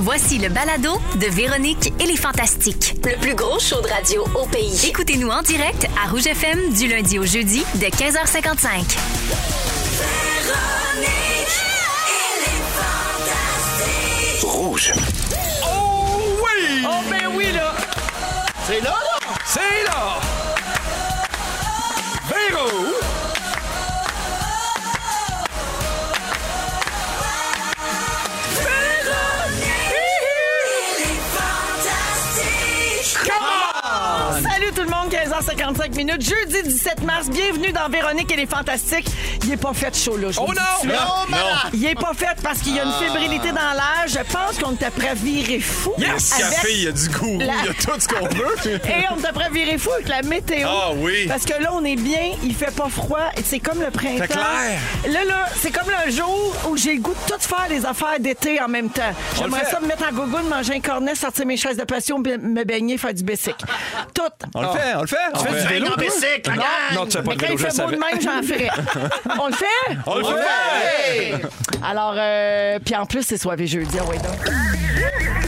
Voici le balado de Véronique et les Fantastiques. Le plus gros show de radio au pays. Écoutez-nous en direct à Rouge FM du lundi au jeudi de 15h55. Rouge. Oh oui! Oh ben oui là! C'est là, là! C'est là! Véro! Salut tout le monde, 15h55 minutes, jeudi 17 mars, bienvenue dans Véronique et les Fantastiques. Il est pas fait chaud là, je vous Oh le dis tout de non! Ah! suite. Non, malade! Il est pas fait parce qu'il y a une fébrilité dans l'air. Je pense qu'on t'a prêt à virer fou. Yes! avec- Café, il y a du goût, il y a tout ce qu'on veut. Et on t'a prêt à virer fou avec la météo. Ah oui. Parce que là, on est bien, il fait pas froid. et C'est comme le printemps. Fait clair. Là, là, c'est comme le jour où j'ai le goût de tout faire les affaires d'été en même temps. On le J'aimerais fait. ça me mettre en gougoune, manger un cornet, sortir mes chaises de passion, b- me baigner, faire du basic. Tout. On Ah. le fait, on le fait. On Tu le fais fait. du vélo, bicycle, la gang! Non, tu fais pas Mais de quand vélo, il je le fait Ben, beau de savais. même, j'en ferai. On le fait? On le fait! Hey! Alors, euh, puis en plus, c'est soirée jeudi. ah ouais, donc.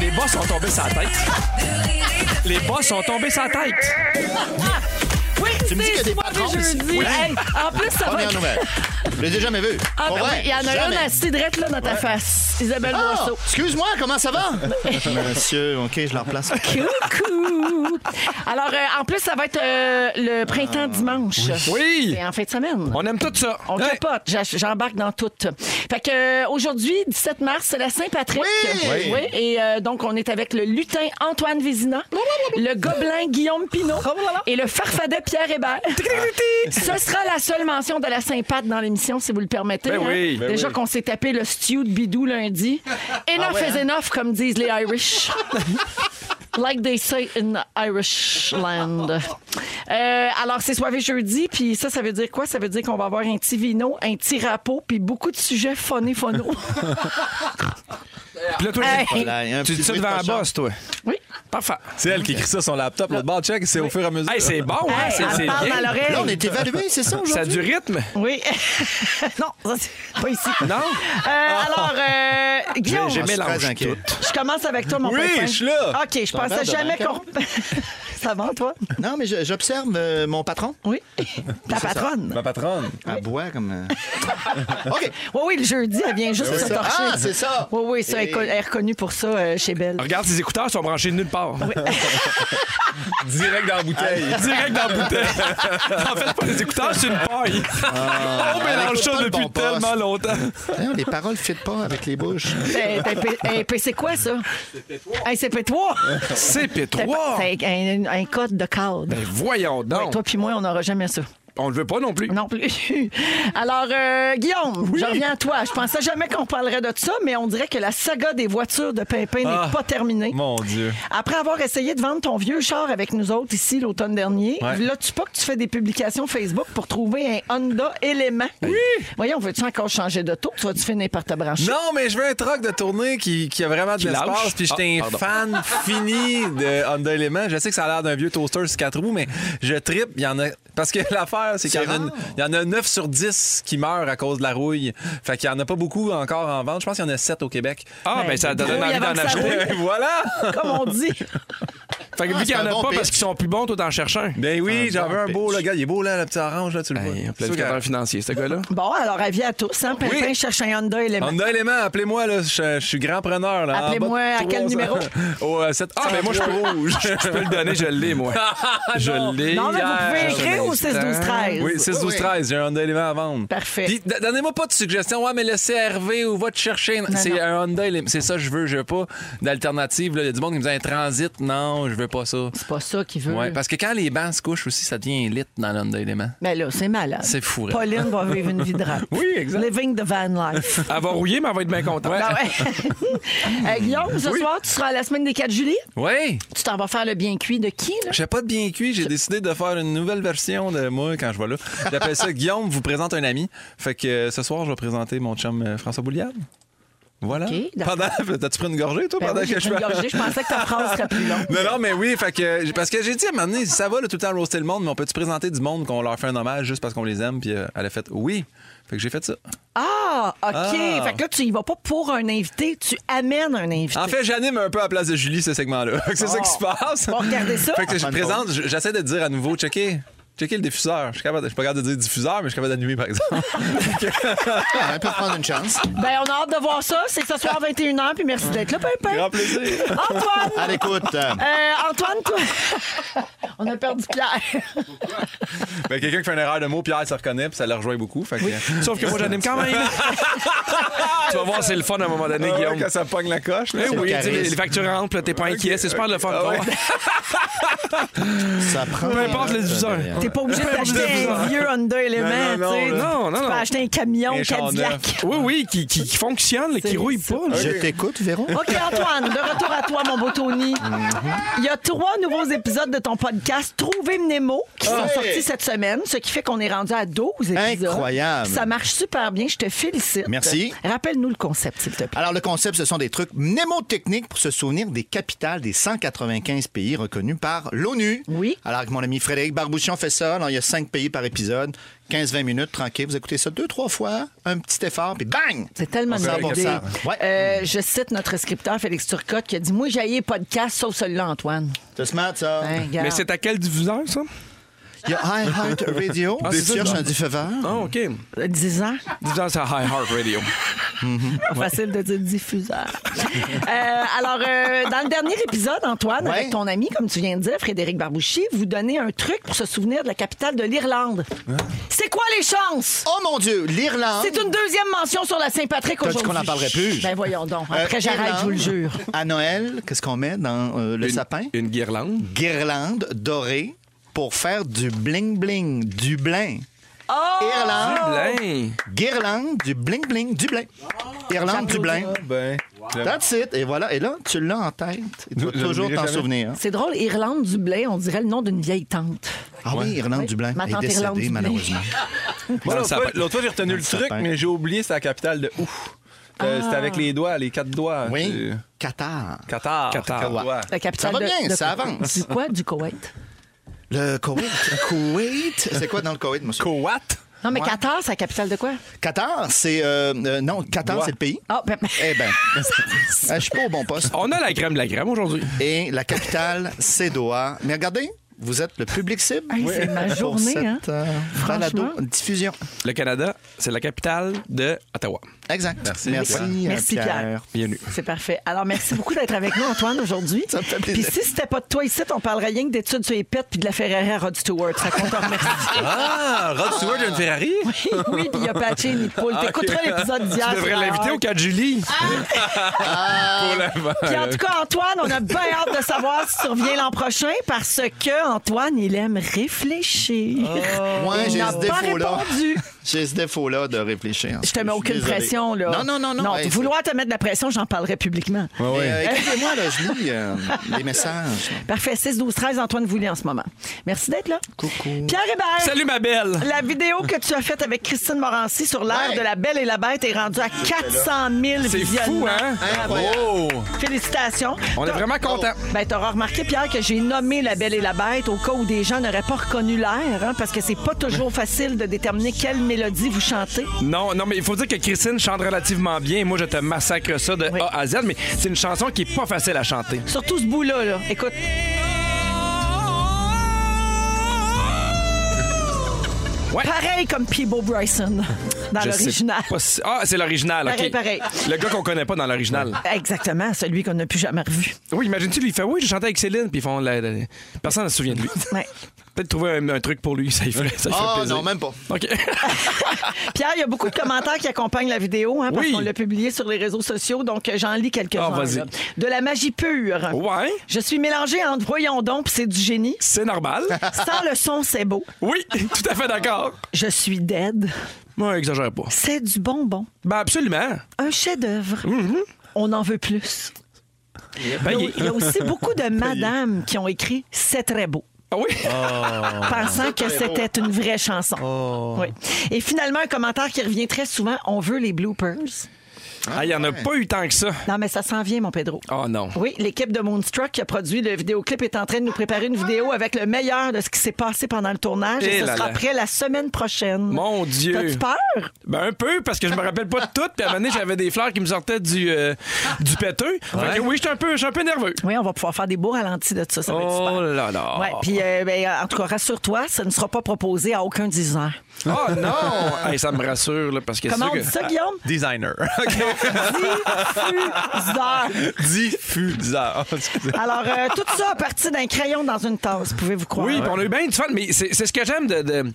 Les boss sont tombés sur la tête. Les boss sont tombés sur la tête. Oui, Tu me dis qu'il y a c'est des soirée patrons ici? jeudi. Oui. Hey, en plus, ça va Première être nouvelle. Je l'ai jamais vu. Ah, Pour ben oui, vrai, il y en a jamais. un assez drette là dans ta face. Isabelle Ah, Boisseau. excuse-moi, comment ça va? Monsieur, OK, je la replace. Coucou! Alors, euh, en plus, ça va être euh, le printemps dimanche. Oui. C'est en fin de semaine. On aime tout ça. On Hey. capote, J'a- j'embarque dans tout. Fait que euh, aujourd'hui, 17 mars, c'est la Saint-Patrick. Oui! Oui. Et euh, donc, on est avec le lutin Antoine Vézina, le gobelin Guillaume Pinot Oh et le farfadet Pierre Hébert. Ce sera la seule mention de la Saint-Pat dans l'émission, si vous le permettez. hein. Ben oui, ben Déjà oui. qu'on s'est tapé le stew de bidou lundi. Enough ouais, is enough, comme disent les Irish. Like they say in Irish land. Euh, alors, c'est soirée jeudi, puis ça, ça veut dire quoi? Ça veut dire qu'on va avoir un petit vino, un petit rapeau, puis beaucoup de sujets funny, phono. Puis là, toi, Hey. Voilà, un tu petit dis ça bruit devant de la cochon. boss, toi. Oui. Parfait. C'est elle qui écrit ça sur laptop, l'autre bord check, c'est au fur et à mesure. Hey, c'est bon, hein? Hey, C'est elle c'est parle dans bien. l'oreille. Là, on est évalué, c'est ça, aujourd'hui? Ça a du rythme? Oui. non, ça, c'est pas ici. Non? Euh, alors, euh, Guillaume, J'ai Ah, c'est mélangé très inquiet. tout. je commence avec toi, mon Oui, pépin. je suis là. OK, je Ça va, pensais t'as jamais bien qu'on... ça va, toi? Non, mais je- j'observe euh, mon patron. Oui. Ta patronne. Ma patronne. Elle boit comme... euh. OK. Oui, oui, le jeudi, elle vient juste se torcher. Ah, c'est ça! Oui, oui, ça, elle est con- elle est reconnue pour ça euh, chez Belle. Regarde, ses écouteurs sont branchés nulle part. Direct dans la bouteille. Direct dans la bouteille. en fait, pas les écouteurs, c'est une paille. Ah. on mélange écoute ça pas le depuis bon poste. tellement longtemps. Voyons, Hein, les paroles ne fitent pas avec les bouches. Hey, t'as P- hey, P- c'est quoi ça? Hey, C'est P3. C'est CP3. C'est un, un code de cadre. Ben voyons Ouais, donc. toi puis moi, on n'aura jamais ça. On le veut pas non plus. Non plus. Alors, euh, Guillaume, je reviens à toi. Je pensais jamais qu'on parlerait de ça, mais on dirait que la saga des voitures de Pimpin Ah, n'est pas terminée. Mon Dieu. Après avoir essayé de vendre ton vieux char avec nous autres ici l'automne dernier, Ouais. là, tu pas que tu fais des publications Facebook pour trouver un Honda Element. Oui! Voyons, veux-tu encore changer d'auto? Tu vas-tu finir par te brancher? Non, mais je veux un truck de tournée qui, qui a vraiment de Qui lâche. l'espace. Puis j'étais Ah, un fan fini de Honda Element. Je sais que ça a l'air d'un vieux toaster sur quatre roues, mais je trippe. Il y en a. Parce que l'affaire, c'est qu'il y, en a une- il y en a 9 sur 10 qui meurent à cause de la rouille. Fait qu'il y en a pas beaucoup encore en vente. Je pense qu'il y en a 7 au Québec. Ah, ben ça te donne oui, envie avant d'en que ça acheter. roule. voilà! Comme on dit. Fait que Ah, vu qu'il y c'est en un a bon pas pitch. parce qu'ils sont plus bons, toi, t'en cherches un. Ben oui, j'en veux un bon beau, pitch. là, gars. Il est beau, là, le petit orange, là, tu le vois. Hey, un Sûr que- planificateur financier, ce gars-là. Bon, alors avis à tous. Hein? Pimpin Oui. cherche un Honda Element. Honda Element, appelez-moi, là, je, je suis grand preneur. là. En Appelez-moi bas de à quel 300. numéro? Au euh, 7. Ah, ben moi, je peux rouge. Je peux le donner, je l'ai, moi. je l'ai. Non, mais vous pouvez hier. écrire au 6 12 13. Oui, 6, 12, 13, j'ai un Honda Element à vendre. Parfait. Puis, d- donnez-moi pas de suggestions. Ouais, mais le CRV ou va te chercher. non. C'est un Honda Element. C'est ça, que je veux. Je veux pas d'alternative. là. Il y a du monde qui me dit un transit. Non, je veux pas ça. C'est pas ça qu'il veut. Ouais, parce que quand les bancs se couchent aussi, ça devient élite dans l'Honda Element. Mais là, c'est malade. C'est fou, là. Pauline va vivre une vie de rêve. Oui, exact. Living the van life. Elle va rouiller, mais elle va être bien contente. Ah ouais. Euh, Guillaume, ce soir, tu seras à la semaine des 4 juillet. Oui! Tu t'en vas faire le bien cuit de qui, là? J'ai pas de bien cuit, j'ai décidé de faire une nouvelle version de moi quand je vais là. J'appelle ça Guillaume vous présente un ami. Fait que euh, ce soir, je vais présenter mon chum euh, François Bouliard. Voilà. OK, d'accord. pendant, t'as-tu pris une gorgée, toi, Ben pendant oui, j'ai que je pris une parle? gorgée. Je pensais que ta phrase serait plus longue. Non, non, mais oui, fait que, parce que j'ai dit à un moment donné, ça va là, tout le temps roaster le monde, mais on peut-tu présenter du monde qu'on leur fait un hommage juste parce qu'on les aime? Puis euh, elle a fait oui. Fait que j'ai fait ça. Ah, OK. Ah. Fait que là, tu y vas pas pour un invité, tu amènes un invité. En fait, j'anime un peu à la place de Julie ce segment-là. Fait que c'est ça qui se passe. Oh. On va regarder ça. Fait que je Prendre présente, j- j'essaie de dire à nouveau, checker. Checker le diffuseur. Je suis, capable, de- je suis pas capable de dire diffuseur, mais je suis capable d'animer, par exemple. Ah, On peut prendre une chance. Ben, on a hâte de voir ça. C'est ce soir 21h, puis merci d'être là, Pimpin. Grand plaisir. Antoine! À l'écoute. euh, Euh, Antoine, toi. on a perdu Pierre. Ben, Quelqu'un qui fait une erreur de mot, Pierre se reconnaît, puis ça le rejoint beaucoup. Fait que, euh, Sauf que moi, j'anime quand même. tu vas voir, c'est le fun à un moment donné, Ah ouais, Guillaume. quand ça pogne la coche. là, Eh c'est- oui, le tu sais, les, charisme. les factures rentrent, là, t'es pas inquiet, c'est super le fun. Ah ouais. Oh, Ça prend. euh, Peu importe le diffuseur. T'es pas obligé d'acheter un vieux Honda Element. non, tu sais. non, non, Tu peux non. acheter un camion Un char Cadillac. Oui, oui, qui, qui, qui fonctionne, là, qui C'est rouille ça. pas. là. Je t'écoute, Véron. OK, Antoine, de retour à toi, mon beau Tony. Mm-hmm. Il y a trois nouveaux épisodes de ton podcast Trouver Nemo qui sont sortis cette semaine, ce qui fait qu'on est rendu à 12 épisodes. Incroyable. Ça marche super bien, je te félicite. Merci. Rappelle-nous le concept, s'il te plaît. Alors, le concept, ce sont des trucs mnémotechniques pour se souvenir des capitales des 195 pays reconnus par l'ONU. Oui. Alors que mon ami Frédéric Barbouchon fait ça. Alors, il y a 5 pays par épisode, 15-20 minutes, tranquille. Vous écoutez ça deux, trois fois, un petit effort, puis bang! C'est tellement On une bonne s'en idée. va ça. Ouais. Euh, je cite notre scripteur Félix Turcotte qui a dit Moi, j'ai les podcasts sauf celui-là, Antoine. C'est smart, ça. Hein, regarde. Mais c'est à quel diffuseur, ça? Il y a iHeart Radio, Ah, des c'est ça, cherche je- un diffuseur. Ah, OK. 10 ans. Diffuseur, c'est à High Heart Radio. Pas facile de dire diffuseur. Euh, alors, euh, dans le dernier épisode, Antoine, Ouais. avec ton ami, comme tu viens de dire, Frédéric Barbouchi, vous donnez un truc pour se souvenir de la capitale de l'Irlande. Hein? C'est quoi les chances? Oh mon Dieu, l'Irlande. C'est une deuxième mention sur la Saint-Patrick T'as dit aujourd'hui. qu'on en parlerait plus. Ben voyons donc. Euh, Après, j'arrête, je vous le Irlande. jure. À Noël, qu'est-ce qu'on met dans euh, le Une- sapin? Une guirlande. Guirlande dorée pour faire du bling-bling, du blin. Oh! Irlande, Blin. guirlande, du bling-bling, du blin. Irlande, du blin. Ben, j'aime- That's it. Et voilà. Et là, tu l'as en tête. Et Tu vas Je- je toujours l'oublierai t'en jamais. souvenir. C'est drôle, Irlande du blé, on dirait le nom d'une vieille tante. Ah oui, Irlande du Blanc Ma est tante Irlande décédée, Dublin. malheureusement. Moi, l'autre Ça fois, va- l'autre fois, j'ai retenu le ça truc, peint. mais j'ai oublié c'est la capitale de ouf. Euh, C'était avec les doigts, les quatre doigts. Oui, Euh, Qatar. Ah. Qatar. Qatar. Quatre doigts. La capitale Ça va de- bien, de- ça avance. Du quoi? Du Koweït? Le Koweït. Koweït. C'est quoi dans le Koweït, monsieur? Koat. Non, mais Ouais. Qatar, c'est la capitale de quoi? Qatar, c'est. euh, euh, non, Qatar, Doigt. c'est le pays. Ah, ben, Eh bien, je suis pas au bon poste. On a la crème de la crème aujourd'hui. Et la capitale, c'est Doha. Mais regardez, vous êtes le public cible. Hey, Ah, c'est ma pour journée, cette, hein. euh, balado- Franchement. diffusion. Le Canada, c'est la capitale de Ottawa. Exact. Merci, Oui. euh, Merci, Pierre. Bienvenue. C'est parfait. Alors, merci beaucoup d'être avec nous, Antoine, aujourd'hui. Ça me fait Puis plaisir. si c'était pas de toi ici, on parlerait rien que d'études sur les pets puis de la Ferrari à Rod Stewart. Ça compte en remercie. Ah, Rod Stewart a une Ferrari. oui, puis il y a patché une Ah, poule. T'écouteras l'épisode d'hier. Tu devrais sur la l'inviter au Hulk. 4 Julie. Puis en tout cas, Antoine, on a bien hâte de savoir si tu reviens l'an prochain parce que Antoine, il aime réfléchir. Moi, Il j'ai n'a Oh. ce pas défaut-là. répondu. J'ai ce défaut-là de réfléchir. Je te mets suis aucune désolé. pression, là. Non, non, non, non. Non, Hey, vouloir te mettre de la pression, j'en parlerai publiquement. c'est- Mais, euh, Écoutez-moi, là, je lis euh, les messages. Parfait. 6, 12, 13, Antoine Voulé en ce moment. Merci d'être là. Coucou. Pierre Hébert. Salut, ma belle. La vidéo que tu as faite avec Christine Morancy sur l'ère Ouais. de la Belle et la Bête est rendue à 400 000 C'est visionnements. fou, hein? Ah, Incroyable. Oh! Félicitations. On est T'as- vraiment contents. Ben, t'auras remarqué, Pierre, que j'ai nommé la Belle et la Bête au cas où des gens n'auraient pas reconnu l'air, hein, parce que c'est pas toujours facile de déterminer quelle mélodie vous chantez. Non, non, mais il faut dire que Christine chante relativement bien. Moi, je te massacre ça de Oui. A à Z, mais c'est une chanson qui est pas facile à chanter. Surtout ce bout-là, là. Écoute. Ouais. Pareil comme Peebo Bryson dans Je sais l'original. pas si- Ah, c'est l'original, Pareil, OK. pareil. Le gars qu'on connaît pas dans l'original. Exactement, celui qu'on n'a plus jamais revu. Oui, imagine-tu, lui, il fait Oui, j'ai chanté avec Céline, puis ils font. la- la- la- Personne ne se souvient de lui. Ouais. Peut-être trouver un, un truc pour lui, ça lui ferait, ça lui ferait Ah, plaisir. non, même pas. OK. Pierre, il y a beaucoup de commentaires qui accompagnent la vidéo, hein, parce Oui. qu'on l'a publié sur les réseaux sociaux, donc euh, j'en lis quelques-uns. Ah, vas-y. là. de la magie pure. ouais, Je suis mélangée entre voyons donc, puis c'est du génie. c'est normal. Sans le son, c'est beau. Oui, tout à fait d'accord. Je suis dead. Moi, exagère pas. C'est du bonbon. Ben, absolument. Un chef-d'œuvre. Mm-hmm. On en veut plus. Payé. Ben, Il y a aussi beaucoup de madames qui ont écrit C'est très beau. Ah oui? Ah. pensant que c'était une vraie Oh. chanson. Oui. Et finalement, un commentaire qui revient très souvent, on veut les bloopers. Ah, Il n'y en a pas eu tant que ça. Non, mais ça s'en vient, mon Pedro. Oh non. Oui, l'équipe de Moonstruck qui a produit le vidéoclip est en train de nous préparer une vidéo avec le meilleur de ce qui s'est passé pendant le tournage. Et, Eh ce là sera là. prêt la semaine prochaine. Mon Dieu. T'as-tu peur? Ben un peu, parce que je me rappelle pas de tout. Puis à un moment donné, j'avais des fleurs qui me sortaient du, euh, du péteux. Fait que oui, j'étais un peu, j'étais un peu nerveux. Oui, on va pouvoir faire des beaux ralentis de ça. Ça va être super. Oh là là. Ouais, puis euh, ben, en tout cas, rassure-toi, ça ne sera pas proposé à aucun designer. Oh non! Hey, ça me rassure, là, parce que Comment on c'est dit sûr ça, Guillaume? Designer. OK. Diffuseur. Diffuseur. Excusez. Alors, euh, tout ça a parti d'un crayon dans une tasse, pouvez-vous croire? Oui, puis on a eu bien du fun, mais c'est c'est ce que j'aime de. de-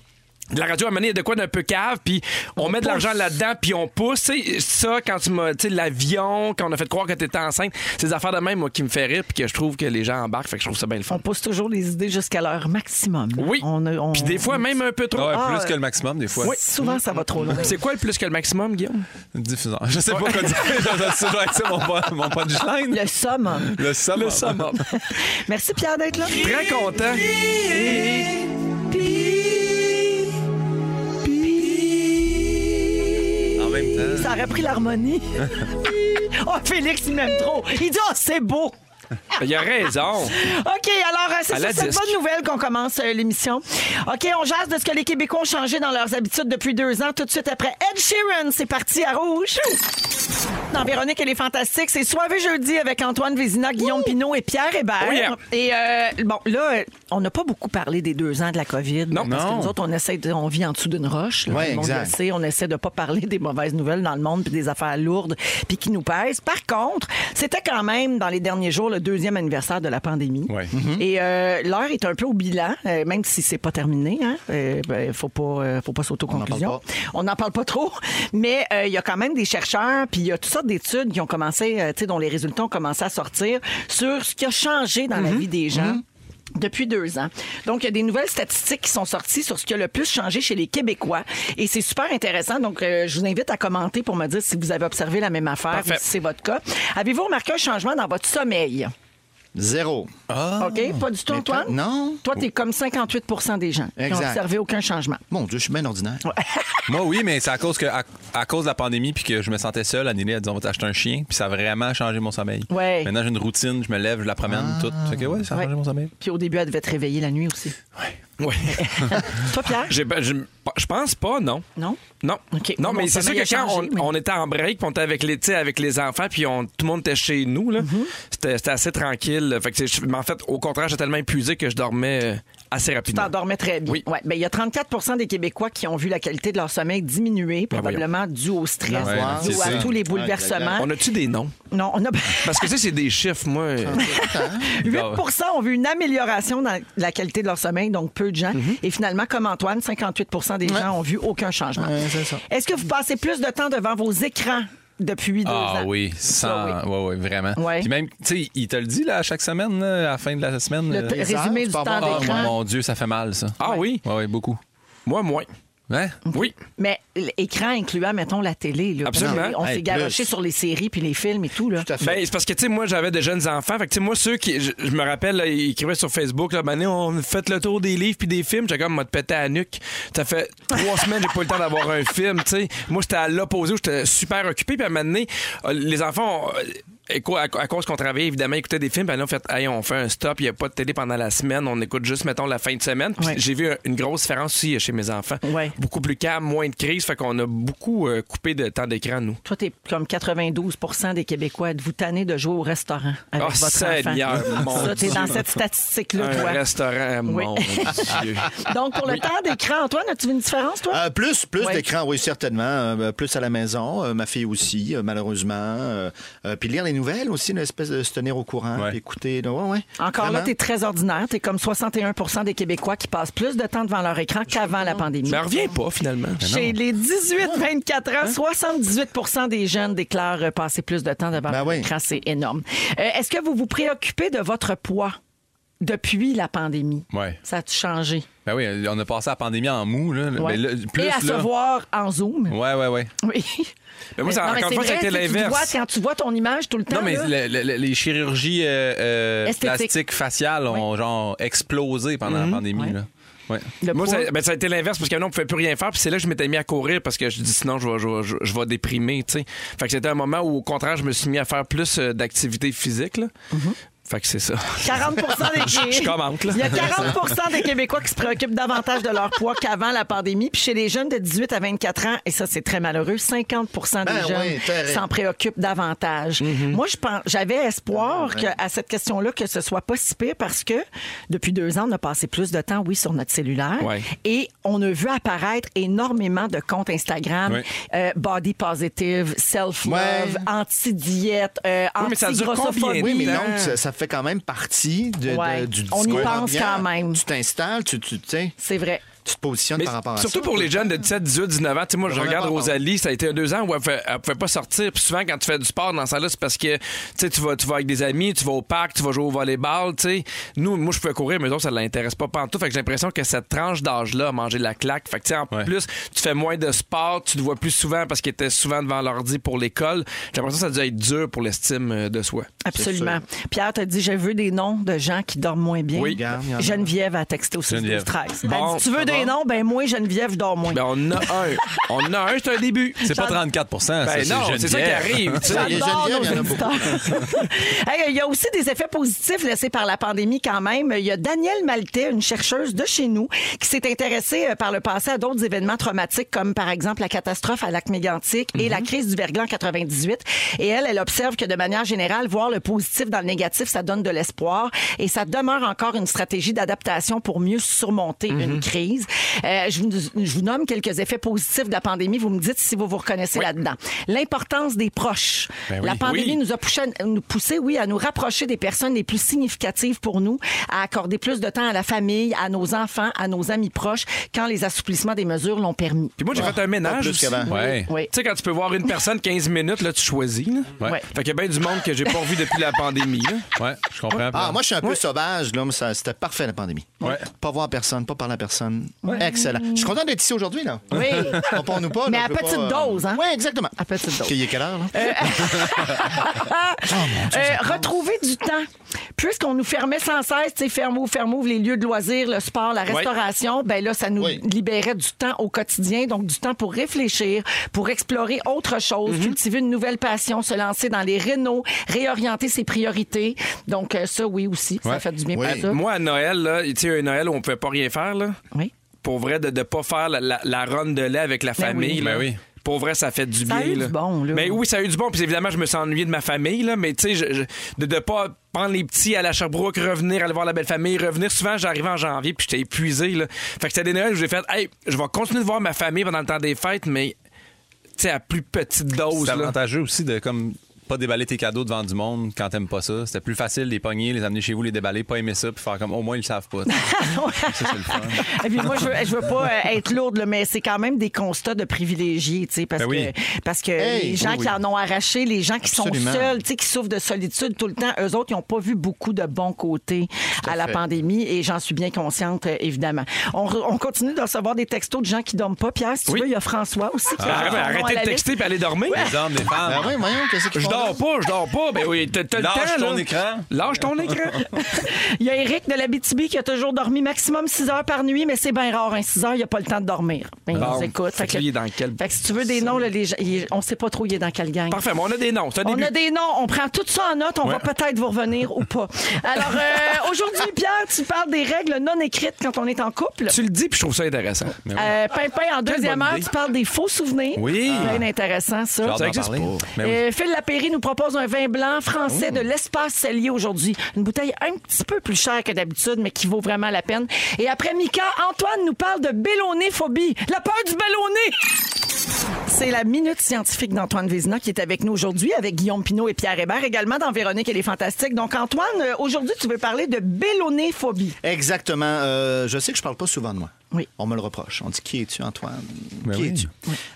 de la radio à un moment donné, il y a de quoi d'un peu cave, puis on, met de l'argent là-dedans, puis on pousse. Tu sais, ça, quand tu m'as. Tu sais, l'avion, quand on a fait croire que t'étais enceinte, ces affaires de même, moi, qui me fait rire, puis que je trouve que les gens embarquent, fait que je trouve ça bien le On fun. pousse toujours les idées jusqu'à leur maximum. Oui. On, a- on- Puis des fois, même un peu trop. Ouais, Ah, plus ouais. que le maximum, des fois. Souvent, ça va trop loin. C'est quoi le plus que le maximum, Guillaume? Diffuseur. Je sais pas quoi dire. Ça doit être ça, mon, pun- mon punchline. Le somme. Le summum. Le summum. Merci, Pierre, d'être là. Très content. En même temps. Ça aurait pris l'harmonie. oh, Félix, il m'aime trop. Il dit, oh, c'est beau. Il a OK, raison. alors, euh, c'est À sur la cette disque. bonne nouvelle qu'on commence euh, l'émission. OK, on jase de ce que les Québécois ont changé dans leurs habitudes depuis deux ans, tout de suite après Ed Sheeran. C'est parti à rouge. Dans Véronique, elle est fantastique. C'est soirée jeudi avec Antoine Vézina, Guillaume Pinot et Pierre Hébert. Oh yeah. Et euh, bon, là, euh, on n'a pas beaucoup parlé des deux ans de la COVID. Non. Parce que Non. nous autres, on essaie de, on vit en dessous d'une roche. là. Ouais, Tout le monde exact. le sait. On essaie de pas parler des mauvaises nouvelles dans le monde puis des affaires lourdes puis qui nous pèsent. Par contre, c'était quand même dans les derniers jours le deuxième anniversaire de la pandémie. Ouais. Et euh, l'heure est un peu au bilan, euh, même si c'est pas terminé. Hein, euh, ben, faut pas, euh, faut pas s'auto-conclusion. parle pas. On n'en parle pas trop, mais euh, il y a quand même des chercheurs, puis il y a toutes sortes d'études qui ont commencé, euh, tu sais, dont les résultats ont commencé à sortir sur ce qui a changé dans Mhm. la vie des gens. Depuis deux ans. Donc, il y a des nouvelles statistiques qui sont sorties sur ce qui a le plus changé chez les Québécois. Et c'est super intéressant. Donc, euh, je vous invite à commenter pour me dire si vous avez observé la même affaire Parfait. ou si c'est votre cas. Avez-vous remarqué un changement dans votre sommeil? Zéro. OK? Pas du tout, Ah. Mais toi, Antoine? non. Toi, t'es comme 58 des gens qui n'ont Exact. observé aucun changement. Mon Dieu, je suis bien ordinaire. Moi, oui, mais c'est à cause que à, à cause de la pandémie puis que je me sentais seul, Anneli a dit on va t'acheter un chien, puis ça a vraiment changé mon sommeil. Ouais. Maintenant, j'ai une routine, je me lève, je la Ah. promène, tout. Fait que ouais, ça a changé Ouais. mon sommeil. Puis au début, elle devait te réveiller la nuit aussi. Ouais. Toi, Pierre? J'ai pas- j'ai- je pense pas, non. Non? Non. OK. Non, Mon mais c'est sûr sommeil que a quand changé, on, mais- on était en break, puis on était avec les, tu sais, avec les enfants, puis on, tout le monde était chez nous, là, Mhm. c'était c'était assez tranquille. Fait que c'est- je- mais en fait, au contraire, j'étais tellement épuisé que je dormais euh, assez Tu rapidement. t'endormais très bien. Oui. Ouais. Ben, il y a 34 des Québécois qui ont vu la qualité de leur sommeil diminuer, Ben voyons. probablement dû au stress, Ouais, dû c'est à ça. tous les bouleversements. On a-tu des noms? Non, on a... Parce que ça, c'est des chiffres, moi. euh, Ah. 8 ont vu une amélioration dans la qualité de leur sommeil, donc peu de gens. Et finalement, comme Antoine, 58 des gens ont vu aucun changement. Est-ce que vous passez plus de temps devant vos écrans depuis deux ans? Ah oui, sans. Ça, oui. Ouais, ouais, vraiment. Ouais. Puis même, tu sais, il te le dit, là, à chaque semaine, là, à la fin de la semaine. Le euh, t- les résumé heures, du tu peux temps avoir- Ah, d'écran. mon Dieu, ça fait mal, ça. Ah oui? Ouais, ouais, beaucoup. Moi, moins. Hein? Oui. Mais l'écran incluant, mettons, la télé. Là, parce Absolument. que On s'est Hey, garoché plus. sur les séries puis les films et tout. Là. Tout à fait. Ben, c'est parce que, tu sais, moi, j'avais des jeunes enfants. Fait que, tu sais, moi, ceux qui. Je, je me rappelle, là, ils écrivaient sur Facebook, là, ben, on fait le tour des livres puis des films. J'étais comme, m'a te pété à la nuque. Ça fait trois semaines, j'ai pas eu le temps d'avoir un film, tu sais. Moi, j'étais à l'opposé où j'étais super occupé. Puis à un moment donné, euh, les enfants. ont- euh, et quoi, à, à cause qu'on travaillait évidemment, écouter des films, ben là, on fait, hey, on fait un stop, il n'y a pas de télé pendant la semaine, on écoute juste, mettons, la fin de semaine. Puis Ouais. j'ai vu un- une grosse différence aussi euh, chez mes enfants. Ouais. Beaucoup plus calme, moins de crise, fait qu'on a beaucoup euh, coupé de temps d'écran, nous. Toi, t'es comme 92 des Québéis. Êtes-vous tanné de jouer au restaurant avec Ah, votre Seigneur, enfant? mon Ça, t'es Dieu. dans cette statistique-là, un toi. restaurant, Oui. mon Dieu. Donc, pour le temps d'écran, Antoine, as-tu vu une différence, toi? Euh, plus plus Ouais. d'écran, oui, certainement. Euh, plus à la maison. Euh, ma fille aussi, euh, malheureusement. Euh, euh, puis lire les nouvelles aussi, une espèce de se tenir au courant. Ouais. puis écouter. Ouais, ouais. Encore là, Ah, Vraiment. t'es très ordinaire. T'es comme 61 des Québécois qui passent plus de temps devant leur écran qu'avant la pandémie. Mais reviens pas, finalement. Chez les 18-24 Hein? ans, 78 des jeunes déclarent euh, passer plus de temps devant Ben leur oui. écran. C'est énorme. Euh, Est-ce que vous vous préoccupez de votre poids? depuis la pandémie. Ouais. Ça a changé. Ben oui, on a passé la pandémie en mou. Là. Ben, Ouais. Mais là, plus, Et à là... se voir en Zoom. Ouais, ouais, ouais. Oui. Mais moi, ça, Non, mais encore c'est une fois, ça vrai, a été tu sais, tu l'inverse. vois, Quand tu vois ton image tout le temps. Non, mais là, le- le- le- les chirurgies euh, euh, Esthétiques. plastiques faciales ont genre explosé pendant la pandémie. Mhm. Ouais. Là. Ouais. le Moi, poids- ça, ben, ça a été l'inverse parce que non, on pouvait plus rien faire. Puis c'est là que je m'étais mis à courir parce que je dis sinon, je vais, je vais- je, je vais déprimer. tu sais. Fait que c'était un moment où, au contraire, je me suis mis à faire plus euh, d'activité physique. là. Mm-hmm. Fait que c'est ça. 40 des Je commente, là. Il y a 40 des Québécois qui se préoccupent davantage de leur poids qu'avant la pandémie. Puis chez les jeunes de 18 à 24 ans, et ça, c'est très malheureux, 50 des Ben oui, t'as jeunes raison. Mm-hmm. s'en préoccupent davantage. Moi, je pense, j'avais espoir Ah, que, à cette question-là que ce soit pas si pire parce que depuis deux ans, on a passé plus de temps, oui, sur notre cellulaire. Ouais. Et on a vu apparaître énormément de comptes Instagram, Ouais. euh, body positive, self-love, Ouais. anti-diète, euh, Oui, mais ça dure anti-grossophobie. combien de Oui, mais Évident. donc, ça, ça fait quand même partie de, de- Ouais. du On y discours pense ambiant. quand même. Tu t'installes, tu, tu, tu sais, C'est vrai. tu te positionnes Mais par rapport à ça. surtout pour les jeunes de 17, 18, 19 ans. Tu sais, moi, je J'en ai regarde pas parlé. Rosalie, ça a été deux ans où elle pouvait, elle pouvait pas sortir. Puis souvent, quand tu fais du sport dans ça là c'est parce que tu sais, tu vas, tu vas avec des amis, tu vas au parc, tu vas jouer au volleyball. tu sais. Nous, moi, je pouvais courir, mais donc ça l'intéresse pas pantoute. Fait que j'ai l'impression que cette tranche d'âge-là a mangé de la claque. Fait que, tu sais, en Ouais. plus, tu fais moins de sport, tu te vois plus souvent parce qu'il était souvent devant l'ordi pour l'école. J'ai l'impression que ça a dû être dur pour l'estime euh, de soi. Absolument. Pierre t'a dit, je veux des noms de gens qui dorment moins bien. Oui. Regarde, il y en a. Geneviève a texté au 6 Geneviève. 13 Bon, Tu veux des noms? Ben moi, Geneviève, je dors moins. Ben, on a un. on a un, c'est un début. C'est pas 34 ça, Ben non, c'est ça qui Geneviève. arrive. tu sais. les Geneviève, il y en a beaucoup. Hey, Il y a aussi des effets positifs laissés par la pandémie quand même. Il y a Danielle Maltais, une chercheuse de chez nous, qui s'est intéressée euh, par le passé à d'autres événements traumatiques comme par exemple la catastrophe à lac mégantic et Mhm. la crise du verglas en 98. Et elle, elle observe que de manière générale, voir le positif dans le négatif, ça donne de l'espoir et ça demeure encore une stratégie d'adaptation pour mieux surmonter Mhm. une crise. Euh, je, vous, je vous nomme quelques effets positifs de la pandémie. Vous me dites si vous vous reconnaissez là-dedans. L'importance des proches. Ben oui. La pandémie Oui. nous a poussé, nous poussé, oui, à nous rapprocher des personnes les plus significatives pour nous, à accorder plus de temps à la famille, à nos enfants, à nos amis proches, quand les assouplissements des mesures l'ont permis. Puis moi, j'ai fait un ménage. plus aussi. qu'avant. Ouais. Oui. Tu sais, quand tu peux voir une personne 15 minutes, là, tu choisis. Là. Ouais. Ouais. Fait qu'il y a bien du monde que j'ai pas revu depuis la pandémie. là. Ouais, je comprends. Ah, moi, je suis un peu sauvage, là, mais ça- c'était parfait, la pandémie. Ouais. Pas voir personne, pas parler à personne. Excellent. Je suis content d'être ici aujourd'hui, là. Oui. Trompons-nous pas. Mais là, à je veux petite pas, euh, dose, hein? Oui, exactement. À petite dose. Il est quelle heure, là? Euh, retrouver du temps. Puisqu'on nous fermait sans cesse, tu sais, ferme ouvre, ferme ouvre, les lieux de loisirs, le sport, la restauration, ben là, ça nous Oui. libérait du temps au quotidien, donc du temps pour réfléchir, pour explorer autre chose, cultiver une nouvelle passion, se lancer dans les rénaux, réorienter ses priorités. Donc, euh, ça, oui, aussi, ça Ouais. fait du bien Oui. pour ça. Moi, à Noël, là, tu sais, un Noël où on pouvait pas rien faire, là. Oui. Pour vrai, de ne pas faire la, la, la run de lait avec la Ben famille. oui. là. Ben oui. Pour vrai, ça fait du Ça a bien. eu du bon, là. Mais oui, ça a eu du bon. Puis évidemment, je me suis ennuyé de ma famille, là. Mais tu sais, je- je- de ne pas prendre les petits à la Sherbrooke, revenir, aller voir la belle famille, revenir. Souvent, j'arrivais en janvier, puis j'étais épuisé, là. Fait que c'était des Noëls où j'ai fait, hey, je vais continuer de voir ma famille pendant le temps des fêtes, mais tu sais, à plus petite dose, C'est là. avantageux aussi de comme pas déballer tes cadeaux devant du monde quand t'aimes pas ça. C'était plus facile de les pogner, les amener chez vous, les déballer, pas aimer ça, puis faire comme au moins ils le savent pas. ça, c'est le fun. Et puis moi, je veux, je veux pas euh, être lourde, là, mais c'est quand même des constats de privilégiés, tu sais, parce Ben oui. que, parce que Hey, les gens oui, qui oui. en ont arraché, les gens qui Absolument. sont seuls, tu sais, qui souffrent de solitude tout le temps, eux autres, ils n'ont pas vu beaucoup de bons côtés à, la fait. pandémie et j'en suis bien consciente, euh, évidemment. On, re- on continue de recevoir des textos de gens qui dorment pas. Pierre, si tu Oui. veux, il y a François aussi. qui a Ah, son ben, nom à arrêtez la de liste. texter puis allez dormir. Les hommes, les Ben femmes. oui, voyons, qu'est-ce qu'ils Je font là? dors pas, je dors pas. Ben oui, t'as t'as le temps. Lâche ton là. écran. Lâche ton écran. Il y a Eric de la BTB qui a toujours dormi maximum 6 heures par nuit, mais c'est bien rare. Un 6 heures, il n'y a pas le temps de dormir. Mais il Bon. nous écoute. Fait que lui, il est dans quel- Fait que si tu veux des noms, là, les gens- il est- on ne sait pas trop il est dans quelle gang. Parfait, mais on a des noms. C'est un On début. a des noms, on prend tout ça en note, on va peut-être vous revenir ou pas. Alors, euh, aujourd'hui, Pierre, tu parles des règles non écrites quand on est en couple. Tu le dis, puis je trouve ça intéressant. Ah, Euh, Pimpin, en deuxième bonne heure, idée. tu parles des faux souvenirs. Oui. Bien intéressant, ça. J'adore Ça existe parler. pas. Mais oui. Euh, Phil Lapéry nous propose un vin blanc français de l'espace cellier aujourd'hui. Une bouteille un petit peu plus chère que d'habitude, mais qui vaut vraiment la peine. Et après Mika, Antoine nous parle de bélonnéphobie, la peur du ballonné. C'est la minute scientifique d'Antoine Vézina qui est avec nous aujourd'hui, avec Guillaume Pinault et Pierre Hébert, également dans Véronique et les Fantastiques. Donc, Antoine, euh, aujourd'hui, tu veux parler de bélonéphobie. Exactement. Euh, je sais que je parle pas souvent de moi. Oui. On me le reproche. On dit qui es-tu, Antoine Ben Qui oui. es-tu